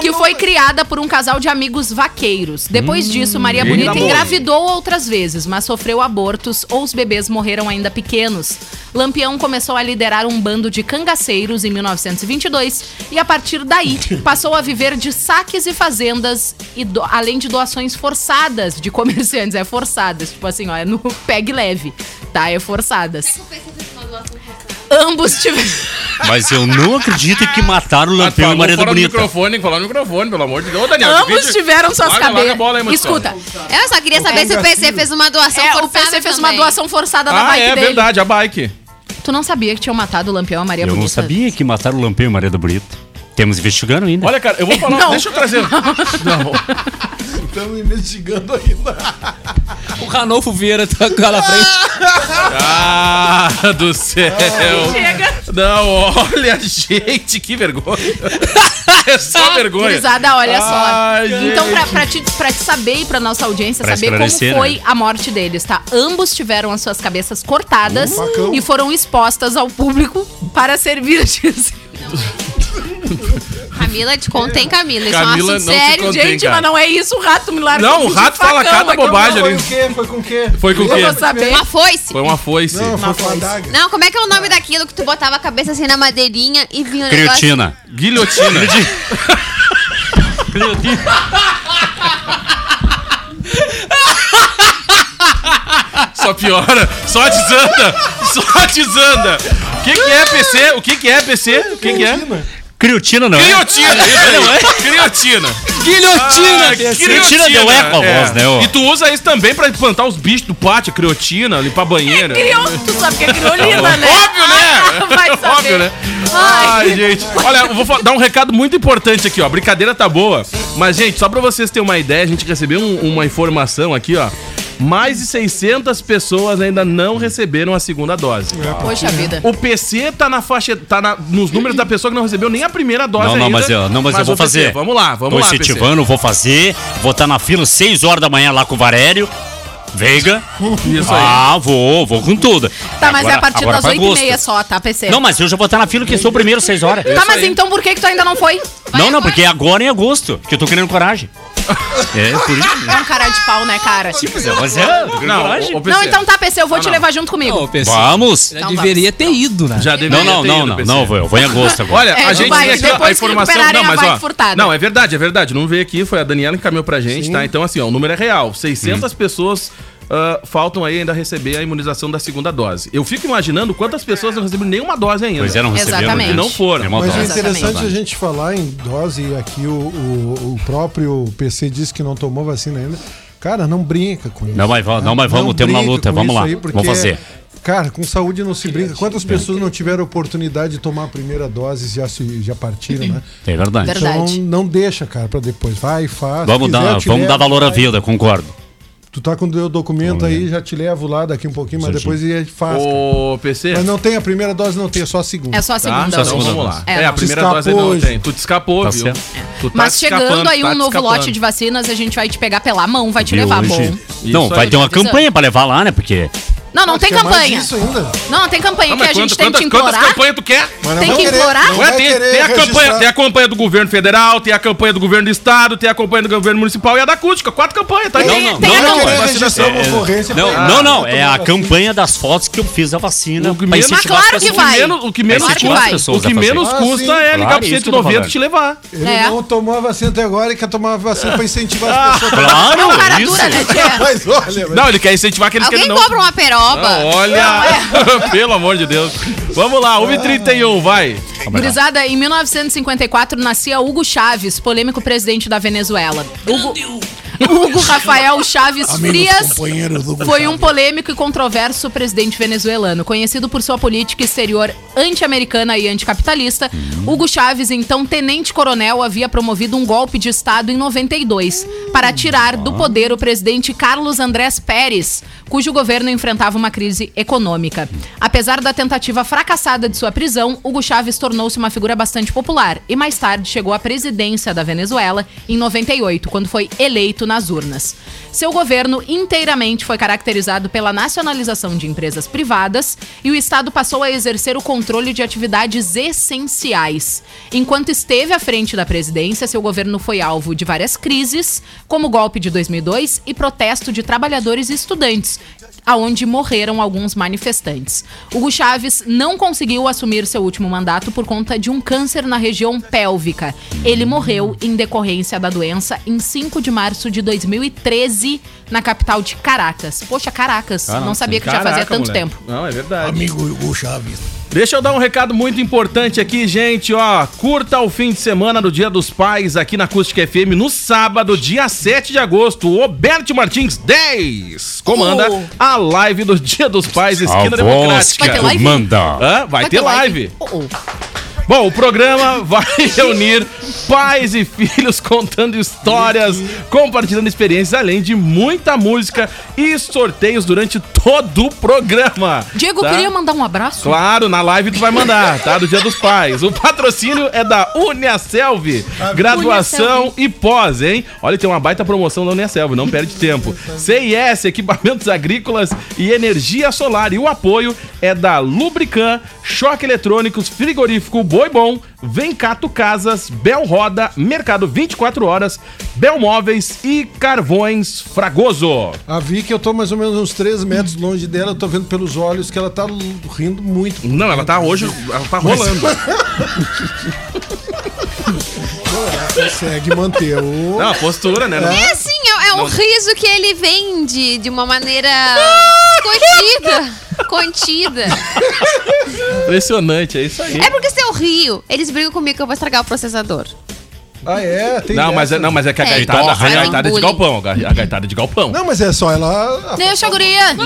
S8: que foi criada por um casal de amigos vaqueiros. Depois disso, Maria
S4: eita
S8: Bonita
S4: boi.
S8: engravidou outras vezes, mas sofreu abortos ou os bebês morreram ainda pequenos. Lampião começou a liderar um bando de cangaceiros em 1922 e, a partir daí,
S4: <laughs>
S8: passou a viver de saques e fazendas, e do- além de doações forçadas de comerciantes. É forçadas, tipo assim, ó, é no <laughs> pegue leve, tá? É forçadas. Ambos tiveram.
S1: Mas eu não acredito que mataram o Lampião e
S4: Falou
S1: Maria da
S4: fora do
S1: Bonita.
S4: microfone, falar no microfone, pelo amor de Deus. Ô, Daniel,
S8: <laughs> Ambos
S4: divide-
S8: tiveram suas
S4: Larga- larga a
S8: cabeças.
S4: bola aí, Marcelo.
S8: Escuta,
S7: Eu só queria saber se o PC fez uma doação
S8: é,
S7: forçada
S8: o PC fez uma
S7: também.
S8: doação forçada da
S4: Ah,
S8: bike
S4: é
S8: dele.
S4: verdade, a bike.
S8: Tu não sabia que tinham matado o Lampião e a Maria
S1: Eu
S8: Bonita?
S1: não sabia que mataram o Lampião e Maria da Bonita. Temos investigando ainda.
S4: Olha, cara, eu
S8: <laughs>
S4: vou falar.
S8: Não.
S4: Deixa eu trazer. Não.
S6: Estamos investigando ainda.
S3: O Ranolfo Vieira tá lá na frente.
S4: Ah, do céu.
S8: Chega.
S4: Não, olha, gente, que vergonha. É só vergonha.
S8: Ah, Gurizada, olha
S4: Ai,
S8: só.
S4: gente.
S8: Então, pra, pra te, pra te saber e pra nossa audiência
S1: Pra
S8: saber como
S1: esclarecer,
S8: foi
S1: né?
S8: a morte deles, tá? Ambos tiveram as suas cabeças cortadas
S6: facão.
S8: e foram expostas ao público para servir <laughs> de...
S7: Camila, te contém, Camila. Isso
S4: Camila
S7: é um
S4: não
S7: assunto
S4: se
S7: sério.
S4: contém.
S8: Gente,
S4: cara.
S8: mas não é isso, o rato me largou
S4: Não, o
S8: de
S4: rato fala
S8: facão
S4: cada
S8: aqui, eu não
S4: bobagem
S8: vou- um-
S4: ali.
S6: Foi o quê? Foi com o quê?
S4: Foi com o
S8: Eu
S4: quê?
S8: vou saber.
S7: Uma foice.
S4: Foi uma foice.
S6: Não, foi com a adaga.
S7: Não, como é que é o nome daquilo que tu botava a cabeça assim na madeirinha e vinha o negócio?
S1: Criotina.
S4: Guilhotina. Só piora, só desanda, só desanda. O que, que é PC? O que, que é PC? O que, que é?
S1: Criotina não. é?
S4: Criotina! Não é? Criotina!
S3: Guilhotina!
S4: Ah, É.
S1: Criotina deu eco à voz, né, ó.
S4: E tu usa isso também pra espantar os bichos do pátio, criotina, limpar banheiro.
S8: Criou, tu sabe que é criolina, né?
S4: Óbvio, né?
S8: Ah, <laughs> vai saber.
S4: Óbvio, né? Ai, gente. Olha, eu vou fa- dar um recado muito importante aqui, ó. A brincadeira tá boa. Mas, gente, só pra vocês terem uma ideia, a gente recebeu um- uma informação aqui, ó. Mais de 600 pessoas ainda não receberam a segunda dose.
S8: Poxa vida.
S4: O PC tá na faixa, tá na- nos números da pessoa que não recebeu nem a primeira dose
S1: Não,
S4: ainda.
S1: não, mas eu, não, mas eu vou
S4: o PC,
S1: fazer.
S4: Vamos lá, vamos
S1: Tô
S4: lá,
S1: incentivando, vou fazer. Vou estar na fila 6 horas da manhã lá com o Valério. Veiga.
S4: PC. Isso aí.
S1: Ah, vou, vou com tudo.
S8: Tá, mas
S1: Agora-
S8: é a partir
S1: agora
S8: das
S1: vai
S8: 8h30
S1: gosto.
S8: só, tá, PC?
S1: Não, mas eu já vou estar na fila que sou o primeiro 6 horas.
S8: tá, mas então por que que tu ainda não foi?
S1: Não, não, porque é agora em agosto, que eu tô querendo
S4: <laughs>
S1: coragem. É, por isso.
S8: É um cara de pau, né, cara?
S1: Mas é, mas é, eu tô querendo
S4: Não,
S1: coragem.
S4: ô, ô, PC.
S8: Não, então tá, PC, eu vou te
S4: não.
S8: levar junto
S7: Ah.
S8: comigo.
S3: Ô, PC,
S1: Vamos.
S3: já deveria ter ido, né?
S4: Já
S1: Não,
S4: deveria
S1: não,
S4: ter
S1: não,
S4: ido,
S1: não,
S4: PC.
S1: não, eu vou, eu vou em agosto agora.
S4: Olha,
S8: É,
S4: a
S8: não
S4: gente
S8: vai,
S4: tem aqui ó,
S8: depois
S4: a
S8: que
S4: informação.
S8: recuperarem
S4: Não,
S8: a
S4: mas
S8: bike
S4: ó.
S8: furtada.
S4: Não, é verdade, é verdade. Não veio aqui, foi a Daniela que caminhou pra gente, tá? Então, assim, ó, o número é real. 600 pessoas. ah, faltam aí ainda receber a imunização da segunda dose. Eu fico imaginando quantas pessoas não receberam nenhuma dose ainda.
S1: Pois é, não recebemos.
S8: Exatamente.
S1: né?
S4: Não foram.
S1: É uma
S6: Mas é
S1: dose.
S6: interessante
S8: Exatamente.
S6: a gente falar em dose, e aqui o, o, o próprio PC disse que não tomou vacina ainda. Cara, não brinca com isso.
S1: Não, mas vamos- não, mas vamos, temos uma
S6: brinca
S1: luta,
S6: com
S1: vamos
S6: isso
S1: lá,
S6: aí,
S1: vamos
S6: porque,
S1: fazer.
S6: Cara, com saúde não se brinca. Quantas pessoas não tiveram oportunidade de tomar a primeira dose e já, se- já partiram, né?
S1: É verdade.
S8: <laughs> Verdade.
S6: Então não deixa, cara, pra depois. Vai, faz.
S1: Vamos
S6: Se quiser,
S1: dar,
S6: eu te
S1: vamos
S6: levo,
S1: dar valor à
S6: vai.
S1: vida, concordo.
S6: Tu tá com o teu documento aí, já te levo lá daqui um pouquinho, mas depois e faz. cara.
S4: Ô, PC.
S6: Mas não tem a primeira dose, não tem, é só a segunda.
S8: É só a segunda.
S1: Só a
S4: Tá, então
S8: hoje.
S1: segunda
S4: vamos lá.
S1: dose.
S4: É,
S8: É,
S4: a
S8: não.
S4: primeira
S6: Te
S4: dose não
S6: escapou
S4: tem. Tu te escapou,
S1: Tá
S4: viu?
S1: certo.
S4: Tu tá
S8: Mas
S4: te
S8: chegando
S4: escapando,
S8: aí um
S4: tá te
S8: novo
S4: escapando.
S8: lote de vacinas, a gente vai te pegar pela mão, vai te
S1: E
S8: levar,
S1: hoje-
S8: bom.
S1: Não,
S4: Isso
S1: vai
S4: aí,
S1: ter um- uma
S8: tá avisando.
S1: campanha pra levar lá, né? Porque
S8: Não, não
S6: Acho
S8: tem
S6: que é mais
S8: campanha.
S6: isso ainda.
S8: Não, tem campanha
S4: Não,
S8: que
S4: mas
S8: a gente
S4: quantas-
S8: tem que te
S4: quantas- quantas
S8: implorar.
S4: campanhas tu quer?
S6: Mas
S8: Tem
S6: não
S8: que
S6: querer-
S8: implorar?
S6: não
S4: Ué,
S6: vai
S4: Ah, tem,
S6: querer
S4: tem a campanha,
S6: registrar.
S4: tem a campanha do governo federal, tem a campanha do governo do estado, tem a campanha do governo municipal e a da acústica. Quatro campanhas, tá
S6: Tem-
S4: aí.
S1: não,
S8: tem a
S6: Não,
S8: campanha.
S6: querer registrar uma ocorrência
S1: Não,
S6: pra-
S1: não,
S6: pra
S1: não.
S6: tomar
S1: É a
S6: vacina.
S1: campanha das fotos que eu fiz da vacina.
S4: O
S1: pra
S4: que menos- é
S1: incentivar
S8: Mas
S1: as
S8: claro que
S1: pessoas.
S8: vai.
S4: O que menos,
S1: Pra
S4: o que
S1: incentivar
S4: menos,
S1: as pessoas
S4: o que
S1: a fazer.
S4: menos
S6: Ah, sim.
S4: custa é ligar
S1: Claro,
S4: pro
S1: isso que eu tô
S4: 190 e
S1: falando.
S4: te levar.
S6: Ele
S8: É.
S6: não tomou a vacina até agora e quer tomar a vacina pra incentivar as pessoas.
S1: Claro,
S7: <laughs>
S8: É uma cara
S1: isso.
S8: dura, né, Tchê?
S6: Mas olha, velho.
S4: Não, ele quer incentivar aqueles que
S7: Alguém
S4: ele não.
S7: compra uma peroba?
S4: Ah, olha, <laughs> pelo amor de Deus. Vamos lá, 1h31, vai.
S8: Gurizada, em 1954 nascia Hugo Chávez, polêmico presidente da Venezuela. Hugo, Hugo Rafael Chávez Frias foi um polêmico e controverso presidente venezuelano. Conhecido por sua política exterior anti-americana e anticapitalista, Hugo Chávez, então tenente-coronel, havia promovido um golpe de Estado em 92 para tirar do poder o presidente Carlos Andrés Pérez, cujo governo enfrentava uma crise econômica. Apesar da tentativa fracassada de sua prisão, Hugo Chávez tornou-se uma figura bastante popular e mais tarde chegou à presidência da Venezuela em 98, quando foi eleito nas urnas. Seu governo inteiramente foi caracterizado pela nacionalização de empresas privadas e o Estado passou a exercer o controle de atividades essenciais. Enquanto esteve à frente da presidência, seu governo foi alvo de várias crises, como o golpe de 2002 e protesto de trabalhadores e estudantes, aonde morreram alguns manifestantes. Hugo Chávez não conseguiu assumir seu último mandato por conta de um câncer na região pélvica. Ele morreu em decorrência da doença em 5 de março de 2013 na capital de Caracas. Poxa, Caracas, não sabia que já fazia
S4: Ah, Caraca,
S8: tanto
S4: moleque.
S8: tempo.
S4: Não, é verdade. Amigo Hugo Chaves. Deixa eu dar um recado muito importante aqui, gente, ó. Curta o fim de semana do Dia dos Pais aqui na Acústica FM no sábado, dia 7 de agosto. O Roberto Martins 10 comanda
S8: Oh.
S4: a live do Dia dos Pais Esquina
S1: A voz
S4: Democrática.
S8: Vai
S1: que
S8: ter live?
S1: comanda.
S4: Hã? Vai, ter live.
S8: Oh, oh.
S4: Bom, o programa vai <laughs> reunir pais e filhos contando histórias, compartilhando experiências, além de muita música e sorteios durante todo o programa.
S8: Diego, eu
S4: tá?
S8: queria mandar um abraço.
S4: Claro, na live tu vai mandar, tá? Do Dia dos Pais. O patrocínio é da Uniaselv. Graduação e pós, hein? Olha, tem uma baita promoção da Uniaselv, não perde tempo. CIS, equipamentos agrícolas e energia solar. E o apoio é da Lubrican, Choque Eletrônicos, Frigorífico Boi Bom, Vencato Casas, Bel Roda, Mercado 24 Horas, Bel Móveis e Carvões Fragoso.
S6: A Vicky, eu tô mais ou menos uns 3 metros longe dela, eu tô vendo pelos olhos que ela tá l- rindo muito.
S4: Não, ela tá hoje, ela tá <laughs> rolando.
S6: Consegue manter o.
S4: Não, a postura, né?
S7: É assim, é, é um riso que ele vende de uma maneira
S8: Ah,
S7: escondida, contida.
S4: Impressionante, é isso aí.
S7: É porque se eu rio, eles brigam comigo que eu vou estragar o processador.
S6: Ah, é? Tem
S4: Não, mas é,
S6: dessa.
S4: não, mas é que a
S7: É,
S4: gaitada,
S7: então,
S4: a
S7: fazem
S4: gaitada é de
S7: bullying.
S4: galpão, a ga- a gaitada é de galpão.
S6: Não, mas é só ela.
S8: Deixa, guria.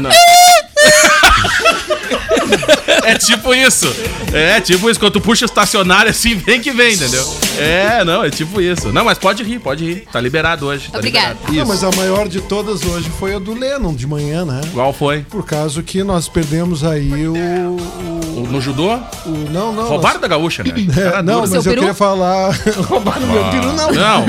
S4: É tipo isso. É tipo isso, quando tu puxa estacionário assim, vem que vem, entendeu? É, não, é tipo isso. Não, mas pode rir, pode rir. Tá liberado hoje. Tá
S7: Obrigada.
S4: liberado.
S6: Não,
S4: Isso.
S6: mas a maior de todas hoje foi a do Lennon de manhã, né?
S4: Qual foi?
S6: Por causa que nós perdemos aí o. o,
S4: O- No judô?
S6: o- não, não.
S4: Roubaram da gaúcha, né?
S6: nós- <laughs> É, não, mas
S8: Seu
S6: eu
S8: peru?
S6: queria falar. <laughs> roubaram meu peru, não.
S4: Não.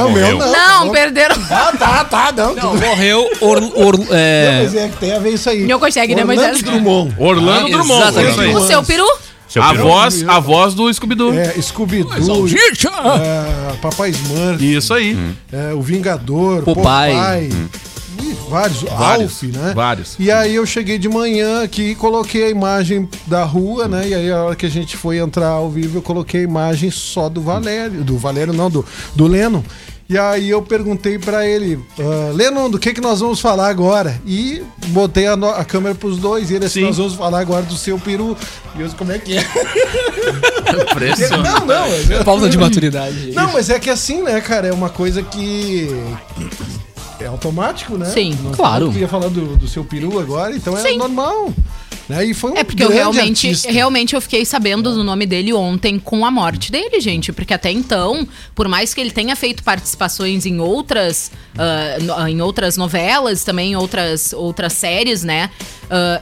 S6: Não, meu não.
S8: Não, perderam.
S6: Ah, tá, tá, não. tudo bem.
S3: Morreu or, or- é,
S6: Mas é que tem a ver isso aí.
S8: Não consegue, né, mas
S6: Orlando
S8: é-
S6: Drummond.
S4: Orlando
S3: Ah,
S4: Drummond.
S3: exatamente.
S4: isso aí.
S8: O seu peru?
S1: Seu
S4: A
S1: peru.
S4: voz, a voz do Scooby-Doo.
S6: É, Scooby-Doo. é, Papai Smurf.
S4: Isso aí.
S6: é, o Vingador.
S3: Popeye.
S6: Ih, vários,
S4: Hum. Vários,
S6: Alf, né?
S4: vários.
S6: E aí eu cheguei de manhã aqui e coloquei a imagem da rua, né? E aí a hora que a gente foi entrar ao vivo, eu coloquei a imagem só do Valério. Do Valério não, do, do Leno. E aí eu perguntei pra ele, ah, Lennon, do que, que nós vamos falar agora? E botei a, no- a câmera pros dois, e ele assim,
S4: Sim.
S6: nós vamos falar agora do seu peru. E eu disse, como é que é?
S4: Impressionante.
S6: não, não, é verdade.
S3: falta de maturidade.
S6: Não, mas é que assim, né, cara? É uma coisa que. É automático, né?
S8: Sim,
S3: claro.
S6: Eu ia falar do, do seu peru agora, então é
S8: Sim.
S6: normal. Né? E foi um
S8: É porque eu
S6: grande
S8: realmente,
S6: artista.
S8: realmente eu fiquei sabendo do nome dele ontem com a morte dele, gente. Porque até então, por mais que ele tenha feito participações em outras, ah, no- ah, em outras novelas, também em outras, outras séries, né? ah,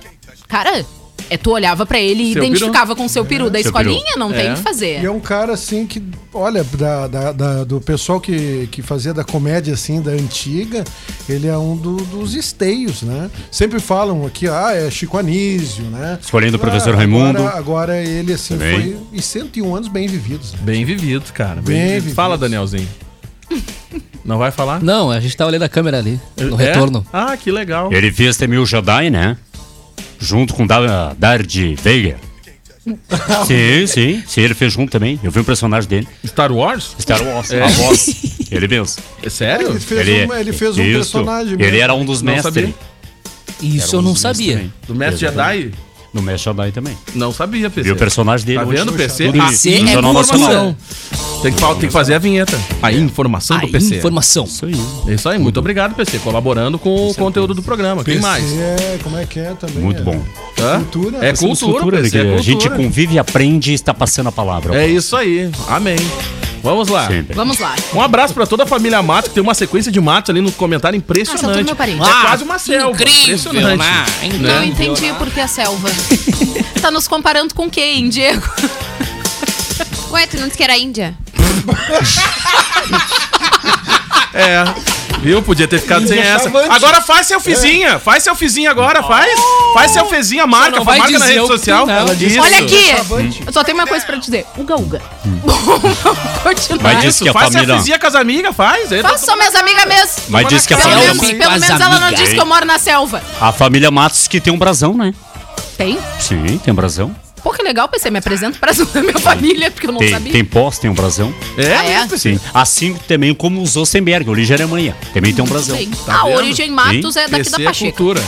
S8: cara, É, tu olhava pra ele e
S4: Seu
S8: identificava com o seu peru da
S1: Seu
S8: escolinha, não tem
S4: É.
S8: o que
S6: E é
S8: fazer.
S6: um cara assim que, olha, da- da- da- do pessoal que, que fazia da comédia assim, da antiga, ele é um do- dos esteios, né? Sempre falam aqui, ah, é Chico Anísio, né?
S1: Escolhendo o
S6: Ah,
S1: professor
S6: agora-
S1: Raimundo. Tá
S6: Agora ele, assim,
S1: Também.
S6: foi. E 101 anos bem vividos, né?
S4: Bem vivido, cara. Bem,
S6: Bem
S4: vivido.
S6: vivido.
S4: Fala, Danielzinho. Não vai falar?
S3: Não, a gente tava olhando a câmera ali, no
S4: É?
S3: retorno.
S4: Ah, que legal.
S1: Ele fez Temil Jedi, né? Junto com Da- Darth
S4: <laughs>
S1: Vader. sim, sim, sim, ele fez junto também. Eu vi um personagem dele.
S4: Star Wars?
S1: Star Wars,
S4: É.
S1: a voz. Ele mesmo.
S4: É sério?
S6: Ele fez,
S1: ele, é
S6: uma- ele fez um
S1: isso.
S6: personagem.
S1: Ele
S6: mesmo.
S1: era um dos
S4: Não
S1: mestres.
S4: sabia.
S3: Isso eu não sabia.
S4: Do Mestre
S1: Exatamente.
S4: Jedi?
S1: No Mestre Jedi também.
S4: Não sabia, PC.
S1: E o personagem dele
S4: Tá
S1: hoje
S4: vendo,
S1: no
S4: PC?
S1: Jornal
S3: PC é
S1: Nacional.
S3: informação.
S4: Tem que, fa- tem que fazer a vinheta. A informação
S3: A
S4: do PC.
S3: informação.
S1: Isso aí.
S4: É Isso aí, muito obrigado, PC, colaborando com o conteúdo do programa. Quem
S6: Esse
S4: mais?
S6: É, como é que é também?
S1: Muito
S6: é.
S1: bom.
S4: Hã?
S6: Cultura.
S4: É
S6: Nós
S1: Somos
S4: cultura, PC,
S1: né,
S4: é
S1: que A gente
S4: cultura.
S1: convive, aprende e está passando a palavra.
S4: É isso aí. Amém. Vamos lá.
S1: Sempre.
S8: Vamos lá.
S4: Um abraço pra toda a família Mato, que tem uma sequência de matos ali no comentário
S8: Ah, são
S4: impressionante.
S8: tudo meu parente.
S4: é quase uma selva.
S3: né?
S4: impressionante.
S8: Não entendi por que a selva. <laughs> tá nos comparando com quem, Diego?
S7: Ué, tu não disse que era Índia?
S4: É. Viu? Podia ter ficado sem essa.
S6: Chavante.
S4: Agora faz selfiezinha. Faz selfiezinha agora. Faz. Faz selfiezinha. Marca.
S3: não vai
S4: marca na
S3: dizer
S4: rede
S3: o que
S4: social.
S3: ela disse.
S4: Isso.
S8: Olha aqui! Eu só tenho uma coisa pra te dizer. Uga, <laughs> uga. Vamos
S1: Mas
S8: continuar.
S1: diz que é a
S4: faz
S1: família...
S4: selfiezinha com as amigas. Faz. É. Aí
S8: Façam só minhas amigas mesmo.
S1: Mas diz
S4: é
S1: que é a
S8: Pelo
S1: família,
S8: menos,
S3: Selfie
S8: pelo
S3: com as
S8: menos ela não
S3: amigas.
S8: disse que eu moro na selva.
S1: a família Matos que tem um brasão, né?
S8: Tem?
S1: Sim, tem um brasão.
S8: Pô, que legal, PC. Me apresenta pra <laughs> minha família, porque eu não
S1: Tem,
S8: sabia.
S1: tem pós, tem um brasão.
S4: É,
S8: Ah, é?
S4: isso,
S1: Sim. Assim também como o Zostenberg, origem Alemanha. Também tem um brasão.
S8: Tem.
S4: Tá
S8: a
S4: vendo?
S8: origem Matos é daqui
S4: PC
S8: da
S4: é
S8: Pacheco.
S4: cultura.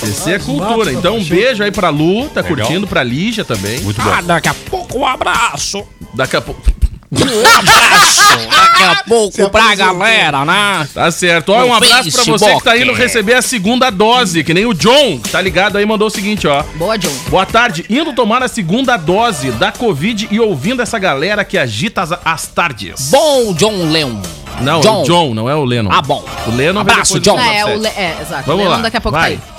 S4: PC é cultura. Então, um beijo aí pra Lu, tá curtindo, pra Lígia também.
S1: Muito bom.
S3: daqui a pouco um abraço.
S4: Daqui a pouco.
S3: Daqui a
S4: é
S3: pouco pra
S4: um
S3: galera, né?
S4: Tá certo. Ó,
S3: No
S4: um abraço pra você que tá
S3: Facebook.
S4: indo receber a segunda dose, que nem o John, que tá ligado aí, mandou o seguinte, ó.
S8: Boa, John.
S4: Boa tarde, indo tomar a segunda dose da Covid e ouvindo essa galera que agita as, as tardes.
S3: Bom John Leon.
S4: Não, é o John, não é o Lennon.
S3: Ah, bom.
S4: O Lennon vem
S3: Abraço,
S4: depois do
S3: John.
S4: John.
S8: É,
S4: certo.
S8: o Le- é, exato.
S4: Vamos
S8: O Leandro
S4: lá,
S8: daqui a pouco
S4: vai.
S8: tá aí.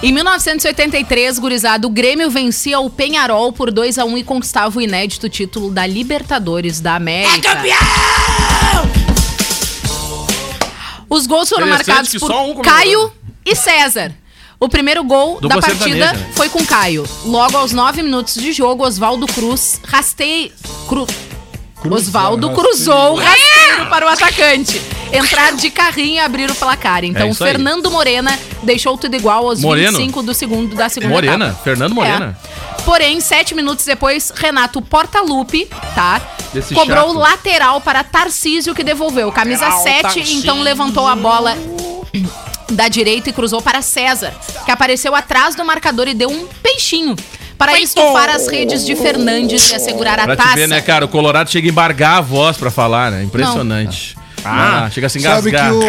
S8: Em 1983, gurizado, o Grêmio vencia o Penharol por 2 a 1 e conquistava o inédito título da Libertadores da América. É campeão! Os gols foram
S4: Interessante
S8: marcados
S4: que
S8: por
S4: só um comemorou.
S8: Caio e César. O primeiro gol
S4: Dupla
S8: da partida
S4: sertaneja, né?
S8: foi com Caio. Logo aos 9 minutos de jogo, Oswaldo Cruz rastei... Cru... Oswaldo cruzou o
S4: É!
S8: rasteiro para o atacante. Entrar de carrinho e abrir o placar. Então,
S4: É isso aí.
S8: Fernando Morena deixou tudo igual aos
S4: Moreno?
S8: 25 do segundo da segunda
S4: Morena,
S8: etapa.
S4: Fernando Morena.
S8: tá- É. Porém, sete minutos depois, Renato Portaluppi, tá?
S4: Desse
S8: cobrou
S4: chato.
S8: o lateral para Tarcísio, que devolveu. Camisa 7, então levantou a bola da direita e cruzou para César, que apareceu atrás do marcador e deu um peixinho. Para estufar as redes de Fernandes e assegurar a
S4: Pra
S8: taça.
S4: te ver, né, cara? O Colorado chega a embargar a voz pra falar, né? Impressionante. Ah, chega a se
S6: Sabe que
S4: engasgar.
S6: o.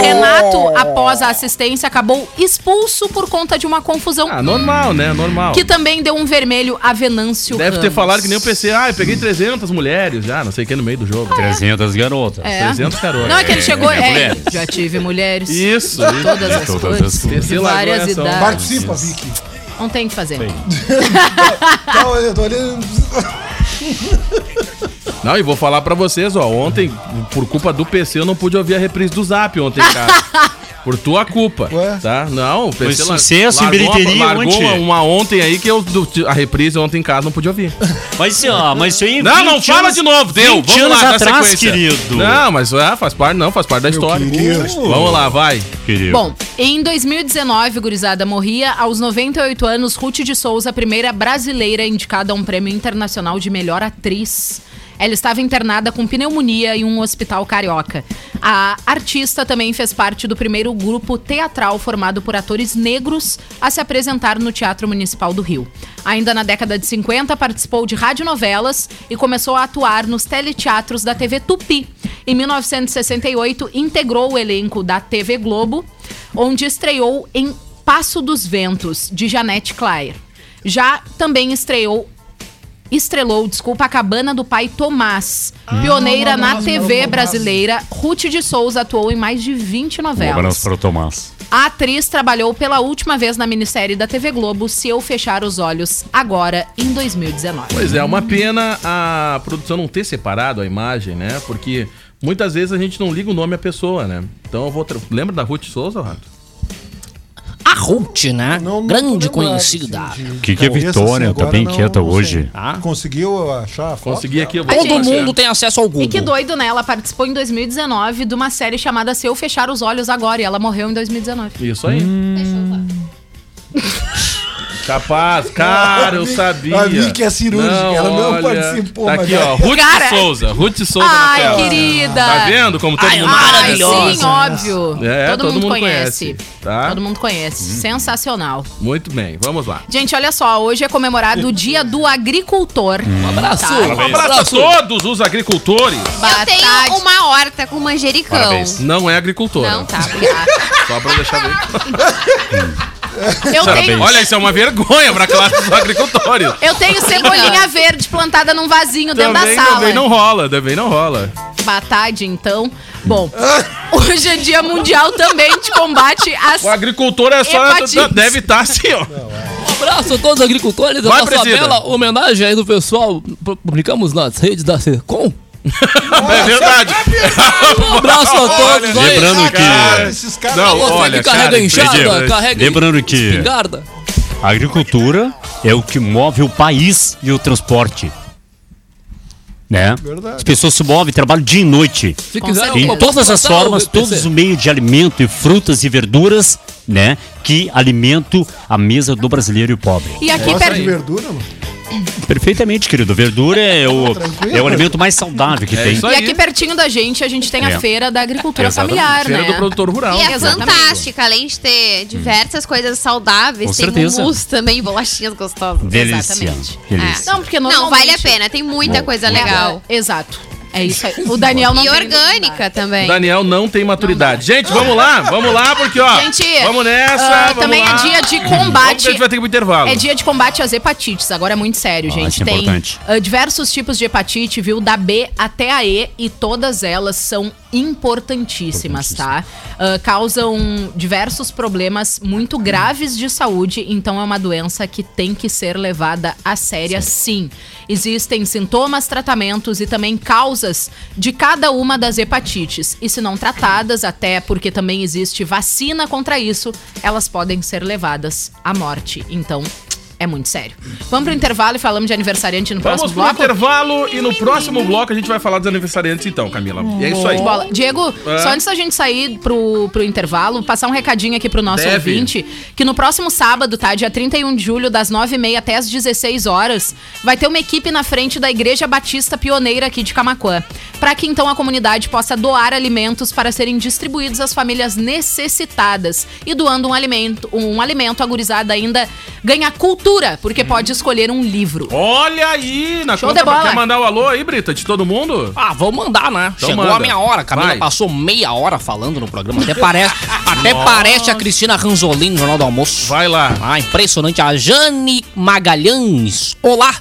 S8: Renato. após a assistência, acabou expulso por conta de uma confusão
S4: Ah, normal, né? Normal.
S8: que também deu um vermelho a Venâncio.
S4: Deve ter
S8: Ramos.
S4: falado que nem o PC. Ah, eu peguei 300 mulheres já, não sei o que, no meio do jogo.
S1: 300 garotas.
S8: É.
S4: 300 carolas.
S8: Não, é que ele chegou.
S1: É,
S8: É,
S1: mulheres.
S8: já tive mulheres.
S4: Isso, isso.
S8: Todas as
S1: Todas as
S8: cores.
S4: cores. Esse
S8: de várias
S4: lagoa é só-
S8: idades.
S6: Participa, Vicky.
S8: Não tem o que fazer.
S6: Tá olhando, olhando.
S4: Não, e vou falar pra vocês, ó. Ontem, por culpa do PC, eu não pude ouvir a reprise do Zap
S1: <laughs>
S4: ontem, cara. Por tua culpa,
S6: Ué?
S4: tá? Não, o PC
S1: Foi
S4: lar-
S1: sucesso em
S4: largou uma-
S1: bilheteria
S4: largou
S1: ontem.
S4: uma, uma ontem aí que eu, do- a reprise ontem em casa não
S1: <laughs>
S4: pude ouvir.
S1: Mas, ó, mas isso aí...
S4: Não, não
S1: 20
S4: fala
S1: anos-
S4: de novo, deu.
S1: 20
S4: Vamos
S1: anos
S4: lá, dá
S1: atrás,
S4: sequência.
S1: querido.
S4: Não, mas ah, faz parte, não, faz parte da história.
S6: querido.
S4: Uh, Vamos lá, vai.
S1: Querido.
S8: Bom, em 2019, gurizada, morria aos 98 anos Ruth de Souza, a primeira brasileira indicada a um prêmio internacional de melhor atriz. Ela estava internada com pneumonia em um hospital carioca. A artista também fez parte do primeiro grupo teatral formado por atores negros a se apresentar no Teatro Municipal do Rio. Ainda na década de 50, participou de radionovelas e começou a atuar nos teleteatros da TV Tupi. Em 1968, integrou o elenco da TV Globo, onde estreou em Passo dos Ventos, de Janete Claire. Já também estreou estrelou, desculpa, a cabana do pai Tomás. Pioneira na TV brasileira, Ruth de Souza atuou em mais de 20
S1: Um
S8: novelas.
S1: abraço para o Tomás.
S8: A atriz trabalhou pela última vez na minissérie da TV Globo Se Eu Fechar os Olhos, agora em 2019.
S4: Pois é, uma pena a produção não ter separado a imagem, né? Porque muitas vezes a gente não liga o nome à pessoa, né? Então eu vou. tra- Lembra da Ruth Souza, Rato?
S3: A Ruth, né?
S6: Não- não tô
S3: Grande
S6: lembrado,
S3: conhecida.
S6: assim, de-
S1: Que que é
S6: Talvez,
S1: Vitória?
S6: assim,
S1: Tá bem
S6: agora
S1: quieta
S6: não
S1: hoje.
S6: sei.
S3: Ah.
S6: Conseguiu achar a foto?
S4: Consegui aqui, eu vou
S3: Todo
S4: colocar.
S3: mundo tem acesso ao Google.
S8: E que doido, né? Ela participou em 2019 de uma série chamada Se Eu Fechar os Olhos Agora, e ela morreu em 2019.
S4: Isso aí. Capaz, cara, eu sabia.
S10: A Vicky é cirúrgica, ela não participou,
S4: Tá
S10: mas
S4: aqui,
S10: é.
S4: ó, Ruth
S8: Cara,
S4: Souza, Ruth Souza na
S8: Ai,
S4: tela.
S8: querida!
S4: Tá vendo como todo
S3: Ai,
S4: mundo
S8: Ai,
S3: Maravilhosa.
S8: sim, óbvio.
S4: É, todo mundo conhece, tá?
S8: Todo mundo conhece. Sensacional.
S4: Muito bem, vamos lá.
S8: Gente, olha só, hoje é comemorado o Dia do Agricultor. Um
S3: abraço.
S4: Um abraço a todos os agricultores.
S7: Eu tenho uma horta com manjericão.
S1: Parabéns.
S4: Não é agricultora.
S7: Não, tá, obrigada.
S4: <laughs> Só pra deixar
S8: <laughs>
S4: bem.
S8: Eu
S1: Parabéns.
S8: tenho,
S4: Olha, isso é uma vergonha pra classe dos agricultores.
S8: eu tenho cebolinha verde plantada num vasinho dentro
S4: Também,
S8: da sala.
S4: também não rola, também não rola.
S8: Batade, então.
S4: <laughs>
S8: Bom,
S4: Ah!
S8: hoje é dia mundial também de combate às...
S4: O agricultor é só.
S8: Hepatite.
S4: Deve estar assim, ó.
S3: Um abraço a todos os agricultores da
S4: Vai,
S3: nossa
S4: presida.
S3: bela homenagem aí do pessoal. P- Publicamos nas redes da Secom.
S4: é verdade.
S3: Um abraço a todos. aí.
S1: Lembrando
S4: Cara,
S1: que.
S6: Esses caras...
S4: Não,
S3: Você
S4: olha,
S3: que carrega
S4: cara,
S3: enxada,
S1: entendi.
S3: carrega
S1: Lembrando que-
S3: espingarda.
S1: A agricultura é o que move o país e o transporte. Né?
S6: Verdade.
S1: As pessoas se movem, trabalham dia e noite.
S3: Se quiser,
S8: certeza.
S1: Em
S3: eu
S1: todas
S3: posso
S1: as
S3: botar o
S1: formas,
S3: VPC.
S1: todos os meios de alimento e frutas e verduras, né? Que alimentam a mesa do brasileiro e o pobre. É,
S8: E aqui,
S6: Gosta de
S8: per...
S6: verdura, mano?
S1: Perfeitamente, querido. Verdura é o, é o alimento mais saudável que
S4: É
S1: tem.
S4: isso
S8: e
S4: aí.
S8: aqui pertinho da gente, a gente tem a
S1: É.
S8: Feira da Agricultura
S1: Exatamente.
S8: Familiar,
S4: Feira
S8: né?
S4: do produtor rural.
S7: E é
S8: Exatamente.
S7: fantástica, além de ter diversas coisas saudáveis,
S1: Hum. Com
S7: tem
S1: certeza.
S7: mousse também, bolachinhas gostosas.
S1: Delícia. É.
S7: Exatamente.
S1: Delícia.
S8: Não, porque
S7: Não,
S8: normalmente-
S7: vale a pena, tem muita coisa legal.
S8: Exato. É isso aí. O Daniel não
S7: E
S8: tem-
S7: orgânica também.
S4: Daniel não tem maturidade. Gente, vamos lá, vamos lá, porque ó.
S8: Gente,
S4: vamos nessa.
S8: ah,
S4: vamos
S8: também
S4: lá.
S8: é dia de
S4: Vamos ver,
S8: combate.
S4: A gente vai ter que ir pro intervalo.
S8: É dia de combate às hepatites. Agora é muito sério,
S1: Ah,
S8: gente.
S1: isso é
S8: Tem
S1: importante.
S8: ah, diversos tipos de hepatite, viu? Da B até a E. E todas elas são importantíssimas, tá? Ah, causam diversos problemas muito graves de saúde. Então é uma doença que tem que ser levada a séria, sim. Existem sintomas, tratamentos e também causas de cada uma das hepatites. E se não tratadas, até porque também existe vacina contra isso, elas podem ser levadas à morte. Então, é muito sério. Vamos pro intervalo e falamos de aniversariante no
S4: Vamos pro
S8: próximo bloco?
S4: intervalo e no próximo bloco a gente vai falar dos aniversariantes então, Camila. E é isso aí. É.
S8: Bola. Diego, só antes da gente sair pro, pro intervalo, passar um recadinho aqui pro nosso
S4: Deve.
S8: ouvinte, que no próximo sábado, tá? Dia 31 de julho, das 9h30 até as 16 horas, vai ter uma equipe na frente da Igreja Batista Pioneira aqui de Camacuã. Para que então a comunidade possa doar alimentos para serem distribuídos às famílias necessitadas. E doando um alimento, um alimento, a gurizada ainda ganha cultura, porque pode escolher um livro.
S4: Olha aí, na
S8: Show
S4: conta
S8: de bola.
S4: quer mandar o alô aí, Brita, de todo mundo?
S3: Ah, vou mandar, né?
S4: Então
S3: Chegou
S4: manda.
S3: a minha hora. Camila
S4: Vai.
S3: passou meia hora falando no programa. Até parece, até parece a Cristina Ranzolini no Jornal do Almoço.
S4: Vai lá.
S3: Ah, impressionante. A Jane Magalhães. Olá.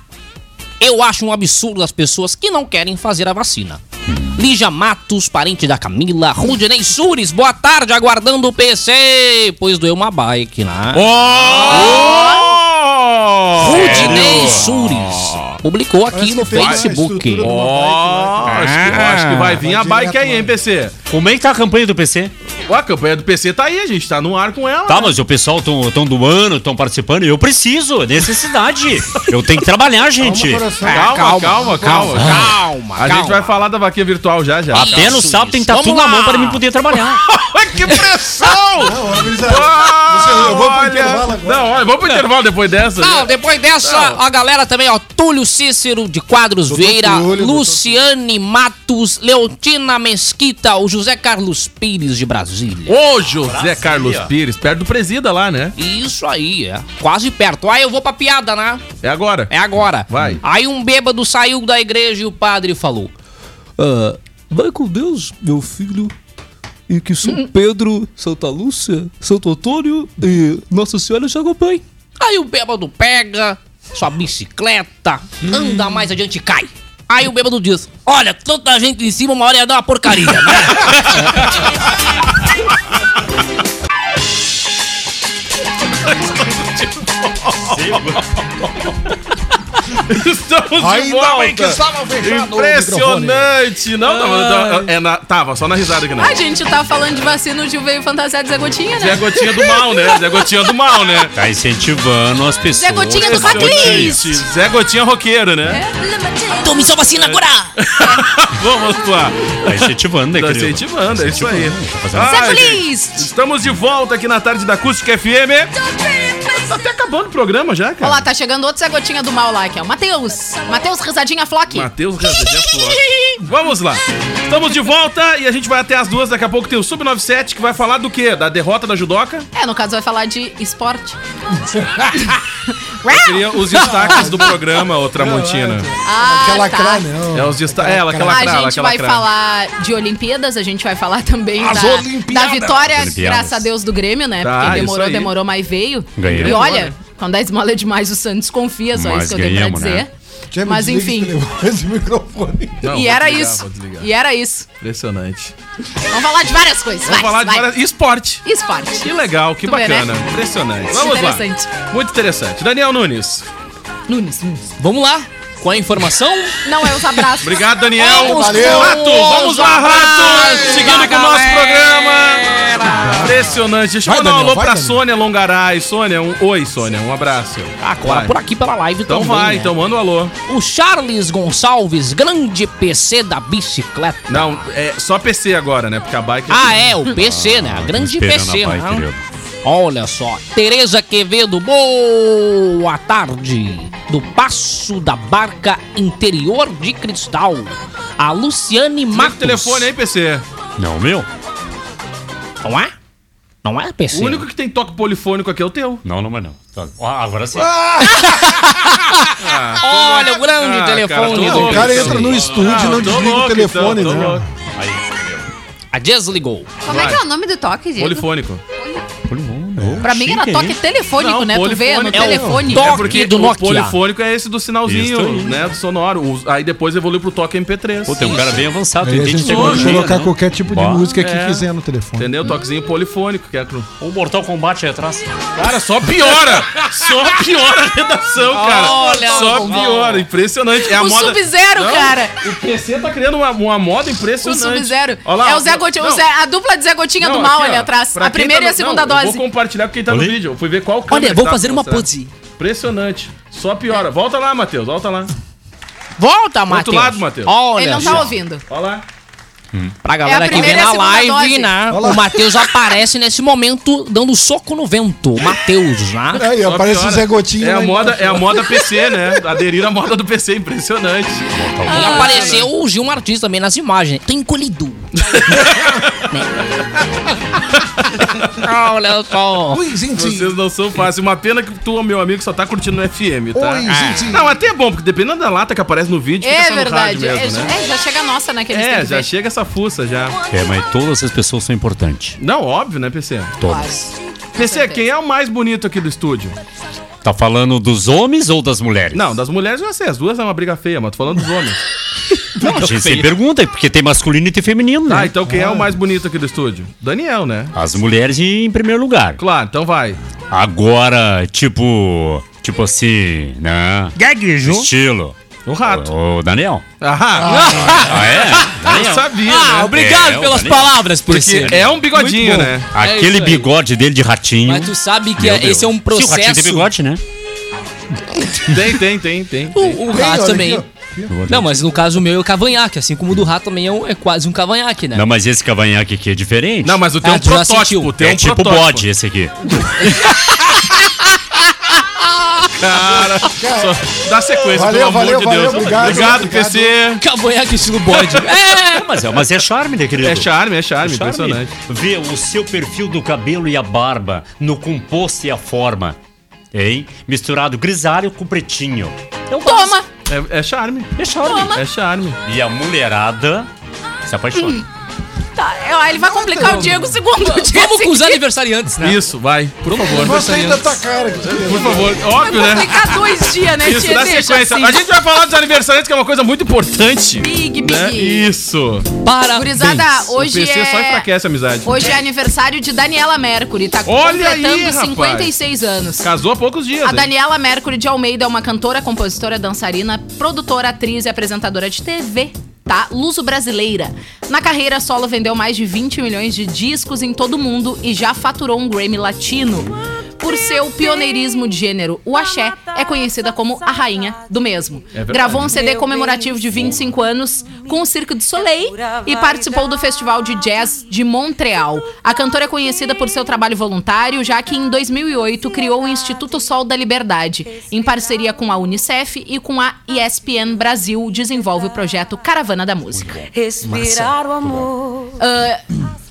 S3: Eu acho um absurdo as pessoas que não querem fazer a vacina. Lígia Matos, parente da Camila. Rudinei Sures, boa tarde, aguardando o PC. Pois doeu uma bike, né?
S4: Oh!
S3: Rudinei Sures publicou aqui
S6: Parece
S3: no
S6: que tem a
S3: Facebook.
S6: estrutura de uma
S4: Ó,
S6: bike, né?
S4: acho, que, acho que vai vir a
S6: Vai
S4: bike aí,
S6: direto,
S4: hein, PC?
S1: Como é que tá a campanha do PC?
S4: Ó, a campanha do PC tá aí, a gente tá no ar com ela.
S1: Tá, mas o pessoal tão, tão doando, tão participando. Eu preciso, é necessidade. Eu tenho que trabalhar, gente.
S6: coração.
S4: É, calma, calma, calma, calma.
S3: Calma,
S4: A gente vai falar da vaquinha virtual já, já.
S1: Até no
S3: Isso,
S1: sábado tem que estar
S3: isso.
S1: tudo na
S3: Tá Vamos
S1: mão
S3: lá.
S1: para mim poder trabalhar.
S4: Ai, que pressão!
S6: <laughs> Não, ó, gurizada,
S4: Uau,
S6: você- eu vou pro
S4: olha.
S6: intervalo agora.
S4: Não, olha, vamos pro intervalo depois dessa. né?
S3: Não, depois dessa, a galera também, ó, Túlio Cícero de Quadros Vieira,
S6: Túlio, doutor
S3: Luciane Matos, Leontina Mesquita, o José Carlos Pires de Brasília.
S4: Ô, José Carlos Pires, perto do Presida lá, né?
S3: Isso aí, é. Quase perto. Aí eu vou pra piada, né?
S4: É agora.
S3: É agora.
S4: Vai.
S3: Aí um bêbado saiu da igreja e o padre falou: "Ah, Vai com Deus, meu filho. E que
S8: Hum.
S3: São Pedro, Santa Lúcia, Santo Antônio e Nossa Senhora te acompanhe. Aí o bêbado pega sua bicicleta,
S8: Hum.
S3: anda mais adiante e cai. Aí o bêbado diz: Olha, tanta gente em cima,
S8: <laughs>
S3: uma hora ia dar uma porcaria. né?"
S4: <laughs> Estamos de
S6: Ainda
S4: volta.
S6: bem que estava fechado o
S4: Impressionante. Não, não, não, é na- tava só na risada que não.
S8: A gente tá falando de vacina, o Gil veio fantasiado de Zé Gotinha, né?
S4: Zé Gotinha do mal, né? Zé Gotinha do mal, né?
S1: Tá incentivando as pessoas.
S8: Zé Gotinha do É. Raclis!
S4: Zé Gotinha roqueiro, né?
S3: Tome sua vacina agora!
S8: É.
S4: Vamos lá.
S1: Tá incentivando, né,
S4: Tá
S1: querido? Tá
S4: incentivando, é isso aí.
S1: fazendo-
S4: Ai,
S8: Zé
S4: gente,
S8: Golis!
S4: Estamos de volta aqui na tarde da Acústica FM. Tá até acabando o programa já,
S8: Olha
S4: cara.
S8: lá, tá chegando outro Zé Gotinha do mal lá, que é o Matheus. Matheus Risadinha Flock.
S4: Matheus Rezadinha Flor. Vamos lá. Estamos de volta e a gente vai até as duas. Daqui a pouco tem o Sub-97 que vai falar do quê? Da derrota da judoca?
S8: É, no caso vai falar de esporte.
S4: Eu queria os destaques do programa, ô Tramontina.
S8: Ah,
S6: Aquela né?
S8: tá.
S6: crá, não.
S4: É os destaques. É, ela, aquela
S8: A
S4: crala,
S8: gente
S4: aquela
S8: vai
S4: crala.
S8: falar de Olimpíadas, a gente vai falar também
S6: As
S8: da,
S6: Olimpíadas.
S8: da vitória,
S1: Olimpíadas.
S8: graças a Deus, do Grêmio, né?
S4: Tá,
S8: Porque
S4: isso
S8: demorou,
S4: aí.
S8: demorou, mas veio.
S1: Ganhamos.
S8: E olha, quando a esmola é demais, o Santos confia, só
S1: Mas
S8: isso que eu tenho pra
S1: ganhamos,
S8: dizer.
S1: né?
S6: Já me
S8: Mas
S6: desliga
S8: enfim.
S6: esse telefone, <laughs> Esse microfone.
S4: Não,
S8: e
S4: vou
S8: era
S4: desligar,
S8: isso.
S4: vou desligar.
S8: E era isso.
S4: Impressionante.
S8: Vamos falar de várias coisas.
S4: Vamos
S8: vai,
S4: falar de
S8: vai.
S4: várias- esporte.
S8: Esporte.
S4: Que legal, que
S8: Tu vê,
S4: bacana.
S8: né?
S4: Impressionante. Vamos lá.
S8: Interessante.
S4: Muito interessante. Daniel Nunes.
S8: Nunes, Nunes.
S3: Vamos lá, com a informação.
S8: Não é os abraços.
S4: Obrigado, Daniel.
S3: Vamos
S4: Valeu.
S3: com
S4: Rato, vamos
S3: os
S4: lá, Rato.
S3: abraços
S4: Seguindo
S3: da
S4: com o nosso
S3: galera.
S4: programa. Impressionante. Deixa eu
S6: Vai,
S4: mandar um
S6: Daniel,
S4: alô
S6: vai,
S4: pra
S6: Daniel.
S4: Sônia Longaray. Sônia, um oi, Sônia. Um abraço.
S6: Ah,
S3: Agora,
S4: Vai.
S3: por aqui pela live
S4: Então
S3: também,
S4: vai,
S3: né?
S4: então manda um alô.
S3: O Charles Gonçalves, grande PC da bicicleta.
S4: Não, é só PC agora, né? Porque a bike
S3: Ah, é, o PC, né? A grande
S1: Esperando
S3: PC,
S1: a pai,
S3: né?
S1: querido.
S3: Olha só, Tereza Quevedo, boa tarde. Do Passo da Barca Interior de Cristal. A Luciane
S4: Marca
S3: Matos.
S4: o telefone aí, PC.
S1: Não, meu?
S3: Não é? Não é, PC?
S4: O único que tem toque polifônico aqui é o teu.
S1: Não, não, mas não. Tá. Ah, agora sim.
S3: Olha, o grande
S4: Ah, cara, tô
S3: telefone.
S4: louco.
S3: do
S6: O cara
S3: PC.
S6: entra no estúdio e
S4: Ah,
S6: não
S4: tô
S6: desliga o
S4: louco,
S6: telefone,
S4: então, tô
S6: né?
S4: louco.
S3: Ah, Desligou.
S7: Como é que é o nome do toque, Diego?
S4: Polifônico.
S8: Pra mim era toque telefônico,
S4: Não,
S8: né? Tu vê no
S4: polifônico. É o
S8: telefone.
S3: toque.
S4: É porque
S3: do
S4: o
S3: Nokia.
S4: polifônico é esse do
S1: Isso
S4: sinalzinho,
S1: aí.
S4: né? Do sonoro. Os- aí depois evoluiu pro toque MP3.
S1: Pô, tem um cara bem avançado,
S11: Aí a
S1: entende
S11: gente pode
S1: tecnologia.
S11: colocar
S1: né?
S11: qualquer tipo de
S1: Bom.
S11: música que
S4: É.
S11: quiser no telefone.
S4: Entendeu? Toquezinho polifônico, que é pro-
S1: O Mortal Kombat aí atrás.
S4: Cara, só piora!
S8: <laughs>
S4: Só piora a redação, cara!
S3: Olha,
S4: só
S3: Dom
S4: piora, impressionante. É a
S8: O
S4: moda.
S8: Sub-Zero,
S4: Não,
S8: cara.
S4: O PC tá criando uma, uma moda
S8: O
S4: impressionante.
S8: Sub-Zero.
S4: Olha lá,
S8: É o Zé
S4: não,
S8: Gotinha. o
S4: não,
S8: Zé- a dupla de Zé Gotinha
S4: não,
S8: do mal
S4: aqui,
S8: ali
S4: ó,
S8: atrás.
S4: pra
S8: A
S4: quem
S8: primeira
S4: tá
S8: e a
S4: no-
S8: segunda
S4: não, eu
S8: dose.
S4: Vou compartilhar com quem tá no
S1: Olhei.
S4: vídeo. Eu fui ver qual câmera
S3: Olha,
S4: que
S3: vou
S4: dá pra
S3: fazer uma
S4: mostrar.
S3: pose.
S4: Impressionante. Só piora. Volta lá, Matheus. Volta lá.
S3: Volta, Matheus.
S4: lado, Matheus.
S3: Olha
S8: Ele não
S3: só.
S8: tá ouvindo.
S4: Olha lá.
S3: Pra galera
S8: É a
S3: que vê
S8: primeira e a
S3: na
S8: segunda
S3: live,
S8: dose.
S3: né?
S11: Olha lá.
S3: O Matheus aparece nesse momento dando soco no vento. O Matheus, né?
S11: Aí,
S4: Só
S11: aparece o
S4: piora.
S11: Zé Gotinho.
S4: É a,
S11: lá em-
S4: moda, é a moda PC, né? Aderir à moda do PC, impressionante.
S1: Ah.
S3: E apareceu o Gil Martins também nas imagens. Tô encolhido.
S8: <laughs>
S3: Né? Olha só.
S6: Oi, gente.
S4: Vocês não são fáceis. Uma pena que tu, meu amigo, só tá curtindo no FM, tá?
S6: Oi,
S4: Ah.
S6: gente.
S4: Não, até é bom, porque dependendo da lata que aparece no vídeo, fica
S8: É
S4: só no rádio
S8: verdade. é,
S4: mesmo, né?
S8: é, já chega a nossa, né? Que eles têm
S4: É,
S8: que
S4: já
S8: ver.
S4: chega essa fuça já.
S1: É, mas todas as pessoas são importantes.
S4: Não, óbvio, né, PC?
S1: Todas.
S4: PC, quem é o mais bonito aqui do estúdio?
S1: Tá falando dos homens ou das mulheres?
S4: Não, das mulheres eu já sei, as duas é uma briga feia, mas tô falando dos homens.
S1: Não, a gente sempre pergunta, porque tem masculino e tem feminino,
S4: Tá,
S1: né?
S4: então quem é o mais bonito aqui do estúdio? Daniel, né?
S1: As mulheres em primeiro lugar.
S4: Claro, então vai.
S1: Agora, tipo. Tipo assim, né?
S3: Gaguejou.
S1: Estilo.
S4: O rato.
S1: Ô, Daniel.
S4: Ah,
S1: Ah, é?
S4: eu <laughs> sabia,
S3: Ah,
S4: né?
S3: obrigado
S1: É,
S3: pelas
S1: olha.
S3: palavras,
S4: Porque
S3: PC.
S4: é um bigodinho,
S3: Muito bom.
S4: né?
S1: Aquele
S3: isso aí.
S1: bigode dele de ratinho.
S3: Mas tu sabe que
S1: Meu
S3: é-
S1: Deus.
S3: esse é um
S1: Sim, o ratinho tem
S3: processo.
S1: bigode, né?
S4: Tem, tem, tem, tem.
S3: O, o
S8: Tá,
S3: rato também.
S1: ó.
S3: Não, mas no caso meu é o cavanhaque, assim como o do rato também é, um- é quase um cavanhaque, né?
S1: Não, mas esse cavanhaque aqui é diferente.
S4: Não, mas o teu é
S3: Ah,
S4: um
S3: tu já
S4: protótipo,
S3: sentiu.
S4: o teu é
S1: é
S4: um
S1: tipo
S4: protótipo.
S1: bode esse aqui.
S4: Cara, só dá sequência,
S6: Valeu,
S4: pelo amor
S6: valeu,
S4: de
S6: valeu,
S4: Deus.
S6: obrigado,
S4: obrigado,
S6: obrigado.
S4: PC.
S3: Cavanhaque estilo
S8: <laughs>
S3: bode.
S1: É, mas é, mas é charme, né, querido?
S4: É charme, é charme,
S1: Charme.
S4: impressionante.
S1: Ver o seu perfil do cabelo e a barba no composto e a forma. Hein? Misturado grisalho com pretinho. É um
S8: Toma!
S4: É, é charme,
S1: É charme.
S4: é charme.
S1: E a mulherada se apaixona.
S8: Tá, ó, ele vai complicar o Diego segundo o dia.
S12: Vamos com os aniversariantes, né?
S4: Isso, vai.
S12: Por favor.
S6: Você ainda tá cara.
S4: Por favor, óbvio,
S8: Vai
S4: né?
S8: complicar dois dias, né,
S4: Isso,
S8: tia?
S4: dá
S8: Deixa
S4: sequência.
S8: assim.
S4: A gente vai falar dos aniversariantes, que é uma coisa muito importante.
S8: Big, big.
S4: Né? Isso.
S12: Para.
S8: Gurizada,
S4: o
S8: hoje
S4: PC só
S8: é...
S4: enfraquece a amizade.
S8: Hoje é aniversário de Daniela Mercury, tá
S4: Olha aí,
S8: completando
S4: rapaz.
S8: 56 anos.
S4: Casou há poucos dias.
S8: A
S4: hein?
S8: Daniela Mercury de Almeida é uma cantora, compositora, dançarina, produtora, atriz e apresentadora de TV. Tá? Luso brasileira. Na carreira solo vendeu mais de 20 milhões de discos em todo o mundo e já faturou um Grammy Latino. Por seu pioneirismo de gênero, o axé é conhecida como a rainha do mesmo.
S4: verdade.
S8: Gravou um CD comemorativo de 25 anos com o Cirque du Soleil e participou do Festival de Jazz de Montreal. A cantora é conhecida por seu trabalho voluntário, já que em 2008 criou o Instituto Sol da Liberdade. Em parceria com a Unicef e com a ESPN Brasil, desenvolve o projeto Caravana da Música.
S7: Respirar o amor.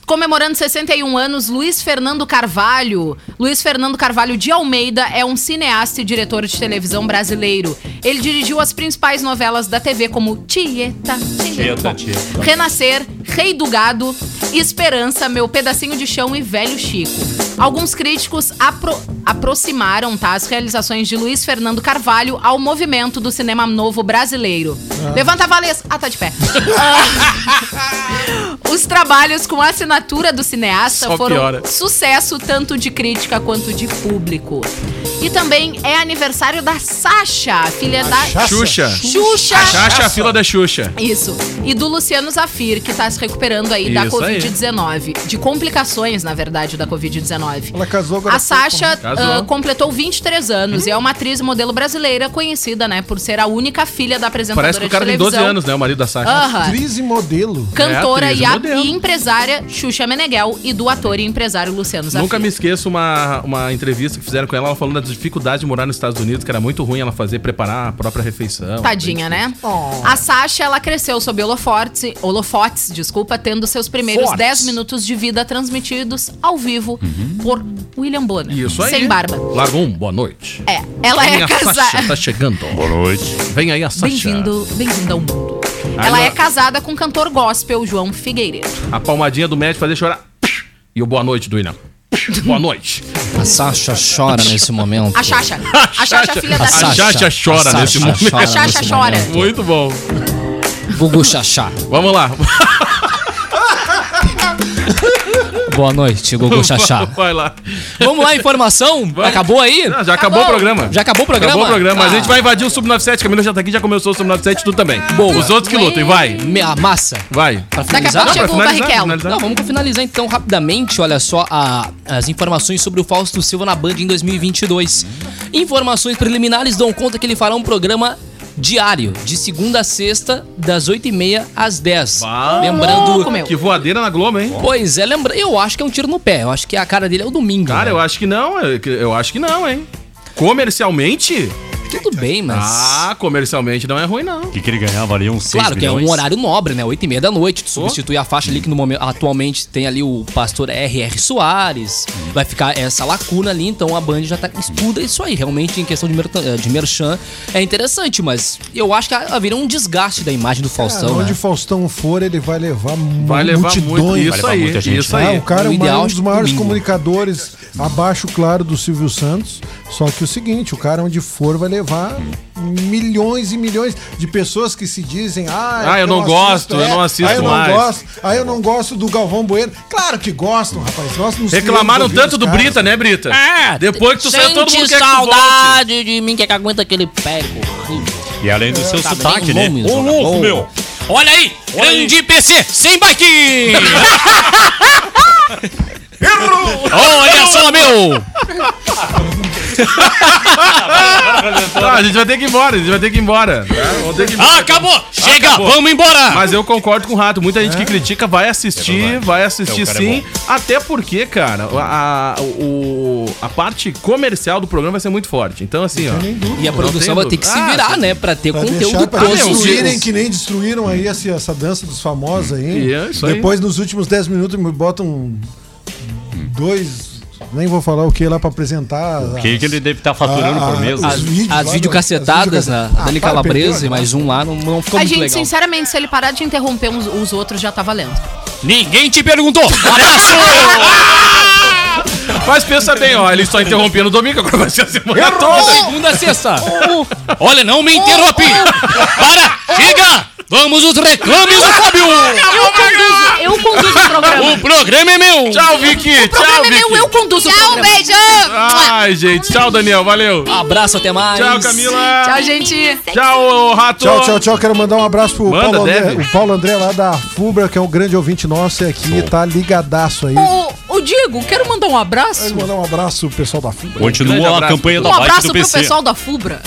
S8: Comemorando 61 anos, Luiz Fernando Carvalho. Luiz Fernando Carvalho de Almeida é um cineasta e diretor de televisão brasileiro. Ele dirigiu as principais novelas da TV como Tieta, Tieta, Renascer, Rei do Gado, Esperança, Meu Pedacinho de Chão e Velho Chico. Alguns críticos apro- aproximaram tá, as realizações de Luiz Fernando Carvalho ao movimento do cinema novo brasileiro. Levanta, Valês. Ah, tá de pé. Ah. Os trabalhos com a assinatura do cineasta
S4: Só
S8: foram
S4: piora.
S8: sucesso tanto de crítica quanto de público. E também é aniversário da Sasha, filha da
S4: Xuxa.
S8: Xuxa.
S4: A Xaxa é a fila da Xuxa.
S8: Isso. E do Luciano Zafir, que tá se recuperando aí da
S4: Isso aí.
S8: Covid-19. De complicações, na verdade, da Covid-19.
S6: Ela casou agora.
S8: A Sasha
S4: pouco, né?
S8: ah,
S4: Casou.
S8: completou 23
S6: Uhum.
S8: anos e é uma atriz e modelo brasileira conhecida, né, por ser a única filha da apresentadora
S4: Parece que o cara
S8: de
S4: tem 12
S8: televisão.
S4: anos, né? O marido da Xaxa.
S8: Aham.
S6: Atriz e modelo.
S8: cantora
S4: É, atriz
S8: e, a-
S4: modelo.
S8: e empresária Xuxa Meneghel e do ator e empresário Luciano Zafir.
S4: Nunca me esqueço uma, uma entrevista que fizeram com ela, ela falando da dificuldade de morar nos Estados Unidos, que era muito ruim ela fazer, preparar a própria refeição.
S8: Tadinha, né? A Sasha, ela cresceu sob holofotes, holofotes, desculpa, tendo seus primeiros
S4: Fortes. Uhum.
S8: 10 minutos de vida transmitidos ao vivo por William Bonner.
S4: Isso aí.
S8: Sem barba.
S4: Largum, boa noite.
S8: É, ela
S4: Vem
S8: é
S4: a Sasha, tá
S8: casada.
S4: chegando.
S2: Boa noite.
S4: Vem aí a Sasha.
S8: Bem-vindo, bem-vindo ao mundo.
S4: Ai,
S8: ela
S4: não.
S8: é casada com o cantor gospel João Figueiredo.
S4: A palmadinha do médico fazia chorar. E o boa noite do Inam. Boa noite.
S3: A Sasha chora nesse momento.
S8: A
S4: <laughs>
S8: Sasha. A Sasha, filha da
S4: A
S8: Sasha.
S4: Xaxa chora
S3: A
S4: nesse
S3: Sasha
S4: momento.
S3: chora
S8: A Sasha
S3: nesse
S8: chora.
S3: momento.
S4: Muito bom.
S3: Gugu Xaxá.
S4: Vamos lá.
S3: Boa noite,
S4: <laughs>
S3: Gugu Xaxá.
S4: Vai lá.
S3: Vamos lá, informação? Acabou aí?
S4: Ah, já acabou,
S8: Acabou.
S4: o programa.
S3: Já acabou o programa?
S4: Acabou o programa. Mas a gente
S3: Ah.
S4: vai invadir o Sub-97. Camila já tá aqui, já começou o Sub-97, tu também.
S3: Boa.
S4: Os outros que lutem, vai.
S3: Me- A massa.
S4: Vai.
S3: Pra
S4: Tá
S8: Daqui a
S3: finalizar?
S8: pouco chega o
S4: finalizar,
S8: Barrichello.
S4: finalizar.
S3: Não, vamos finalizar então rapidamente, olha só, a- as informações sobre o Fausto Silva na Band em 2022. Informações preliminares dão conta que ele fará um programa diário, de segunda a sexta, das 8h30 às 10.
S4: Bah.
S3: Lembrando...
S8: Louco, meu.
S4: Que voadeira na Globo, hein?
S3: Pois é, lembra... eu acho que é um tiro no pé, eu acho que a cara dele é o domingo.
S4: Cara,
S3: né?
S4: eu acho que não. Eu eu acho que não, hein? Comercialmente?
S3: Tudo bem, mas...
S4: Ah, comercialmente não é ruim, não.
S2: O que, que ele ganhava ali? Uns 6
S3: Claro que é um
S2: milhões?
S3: horário nobre, né? 8 e meia da noite. Tu substitui a faixa ali que no momento atualmente tem ali o pastor R.R. Soares.
S4: Hum.
S3: Vai ficar essa lacuna ali, então a Band já tá, estuda isso aí. Realmente, em questão de, merta- eh, de merchan, é interessante, mas eu acho que haveria um desgaste da imagem do
S4: É,
S6: Cara,
S3: Faustão.
S6: onde
S3: né?
S6: o Faustão for, ele vai levar
S4: Vai levar muito.
S6: multidões.
S4: Isso
S2: levar
S4: aí,
S2: muita gente.
S4: isso
S6: Ah,
S4: aí.
S6: o cara é
S3: O
S6: uma-
S3: ideal
S6: um
S3: é
S6: dos maiores
S3: domingo.
S6: comunicadores, abaixo, claro, do Silvio Santos. Só que o seguinte, o cara onde for vai levar milhões e milhões de pessoas que se dizem, ah,
S4: Ah, eu não gosto, eu não assisto
S6: ah, eu não
S4: mais."
S6: Gosto, ah, eu não gosto do Galvão Bueno. Claro que gostam, rapaz. Gostam dos
S4: Reclamaram
S6: filhos
S4: tanto do
S6: caras.
S4: Brita, né, Brita?
S3: Ah,
S4: Depois que tu saiu, todo mundo
S3: sente
S4: quer que tu volte.
S3: saudade de mim, que é que aguenta aquele pego.
S2: E além do seu
S3: Tá
S2: sotaque, né?
S3: bem bom,
S2: Ô,
S3: meu
S2: louco,
S3: jogador.
S2: meu!
S3: Olha aí, grande PC, sem bike!
S2: Olha só,
S4: <laughs>
S2: meu!
S4: Ah, a gente vai ter que ir embora, a gente vai ter que ir embora. tá? Vamos ter que ir embora.
S2: Ah, Acabou! Chega,
S4: Acabou.
S2: vamos embora!
S4: Mas eu concordo com o Rato. Muita gente que critica vai assistir, vai assistir
S2: É, o cara é
S4: sim. até porque, cara, a, a- o, a parte comercial do programa vai ser muito forte. Então, assim, ó.
S3: E a
S4: Não
S3: produção
S4: tem
S3: vai ter que se
S4: dúvida. Ah,
S3: virar, né? Pra ter
S6: Pra
S3: conteúdo
S6: deixar pra destruírem
S3: construído.
S6: que nem destruíram aí esse- essa dança dos famosos aí.
S4: E é isso aí.
S6: Depois, nos últimos 10 minutos, me botam dois. Nem vou falar o que lá pra apresentar.
S2: O que, que ele deve estar faturando
S6: Ah,
S2: por mês?
S6: ah,
S2: né?
S3: As,
S6: Os vídeos lá
S3: as
S6: do-
S3: videocacetadas,
S6: as videocace-
S3: né?
S6: Ah,
S3: Dali
S6: para,
S3: Calabresa
S6: perdeu,
S3: e mais um lá, não, não ficou
S8: A
S3: muito
S8: gente,
S3: legal.
S8: sinceramente, se ele parar de interromper uns- os outros, já tá valendo.
S1: Ninguém te perguntou. Abraço!
S2: ah.
S4: Mas pensa bem, ó, ele só interrompia no domingo, agora vai ser a
S3: Tá
S4: semana toda.
S3: Segunda a sexta.
S1: Olha, não me interrompe. Para, chega. Vamos os reclames do Fábio.
S8: Eu conduzo, eu conduzo o programa.
S1: O programa é meu.
S4: Tchau, Vicky.
S8: O
S4: Tchau,
S8: programa é
S4: Vicky.
S8: meu, eu conduzo o
S13: Dá um
S8: programa. Ah,
S13: beijão.
S4: Ai, gente. Tchau, Daniel. Valeu.
S3: Abraço, até mais.
S4: Tchau, Camila.
S8: Tchau, gente.
S4: Tchau, Rato.
S6: Tchau, tchau, tchau. Quero mandar um abraço pro
S4: Manda,
S6: Paulo, André,
S4: deve.
S6: o Paulo André lá da Fubra, que é um grande ouvinte nosso e aqui, tá ligadaço aí.
S8: Ô, ô, Diego, quero mandar um abraço.
S6: Quero mandar um abraço pro pessoal da Fubra.
S4: Grande
S1: Continua a
S4: abraço.
S1: campanha da
S8: Um
S1: bike
S8: abraço
S1: do
S8: pro
S1: PC.
S8: pessoal da Fubra.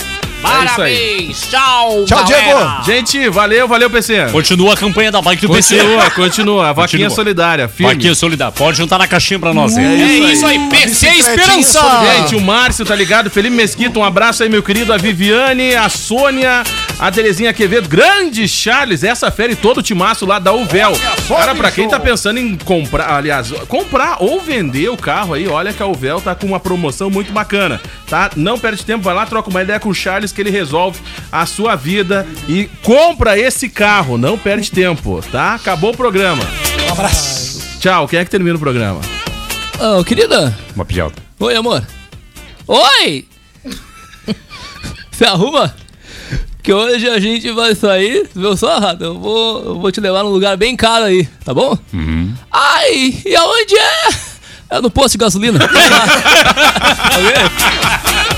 S1: É
S4: Parabéns.
S3: Tchau,
S6: Tchau, Diego.
S4: Gente, valeu, valeu, PC.
S1: Continua a campanha da bike do PC.
S4: Continua, continua. A vaquinha
S1: Continua.
S4: solidária, firme.
S1: Vaquinha Solidária. Pode juntar na caixinha pra nós.
S4: É
S1: hein?
S4: isso aí.
S3: PC Esperança.
S4: Gente, o Márcio tá ligado, Felipe Mesquita, um abraço aí, meu querido, a Viviane, a Sônia, a Terezinha Quevedo, grande Charles, essa fera e todo o timaço lá da Uvel. Cara, pra quem tá pensando em comprar, aliás, comprar ou vender o carro aí, olha que a Uvel tá com uma promoção muito bacana, tá? Não perde tempo, vai lá, troca uma ideia com o Charles que ele resolve a sua vida e compra esse carro, não perde tempo, tá? Acabou o programa.
S3: Um abraço.
S4: Tchau, quem é que termina o programa?
S6: um.
S3: Ô, querida.
S1: Uma piada.
S3: Oi, amor. Oi! Você arruma? Que hoje a gente vai sair, viu só, Rato? Eu vou, eu vou te levar num lugar bem caro aí, tá bom? Ai, e aonde é? É no posto de gasolina. Ok?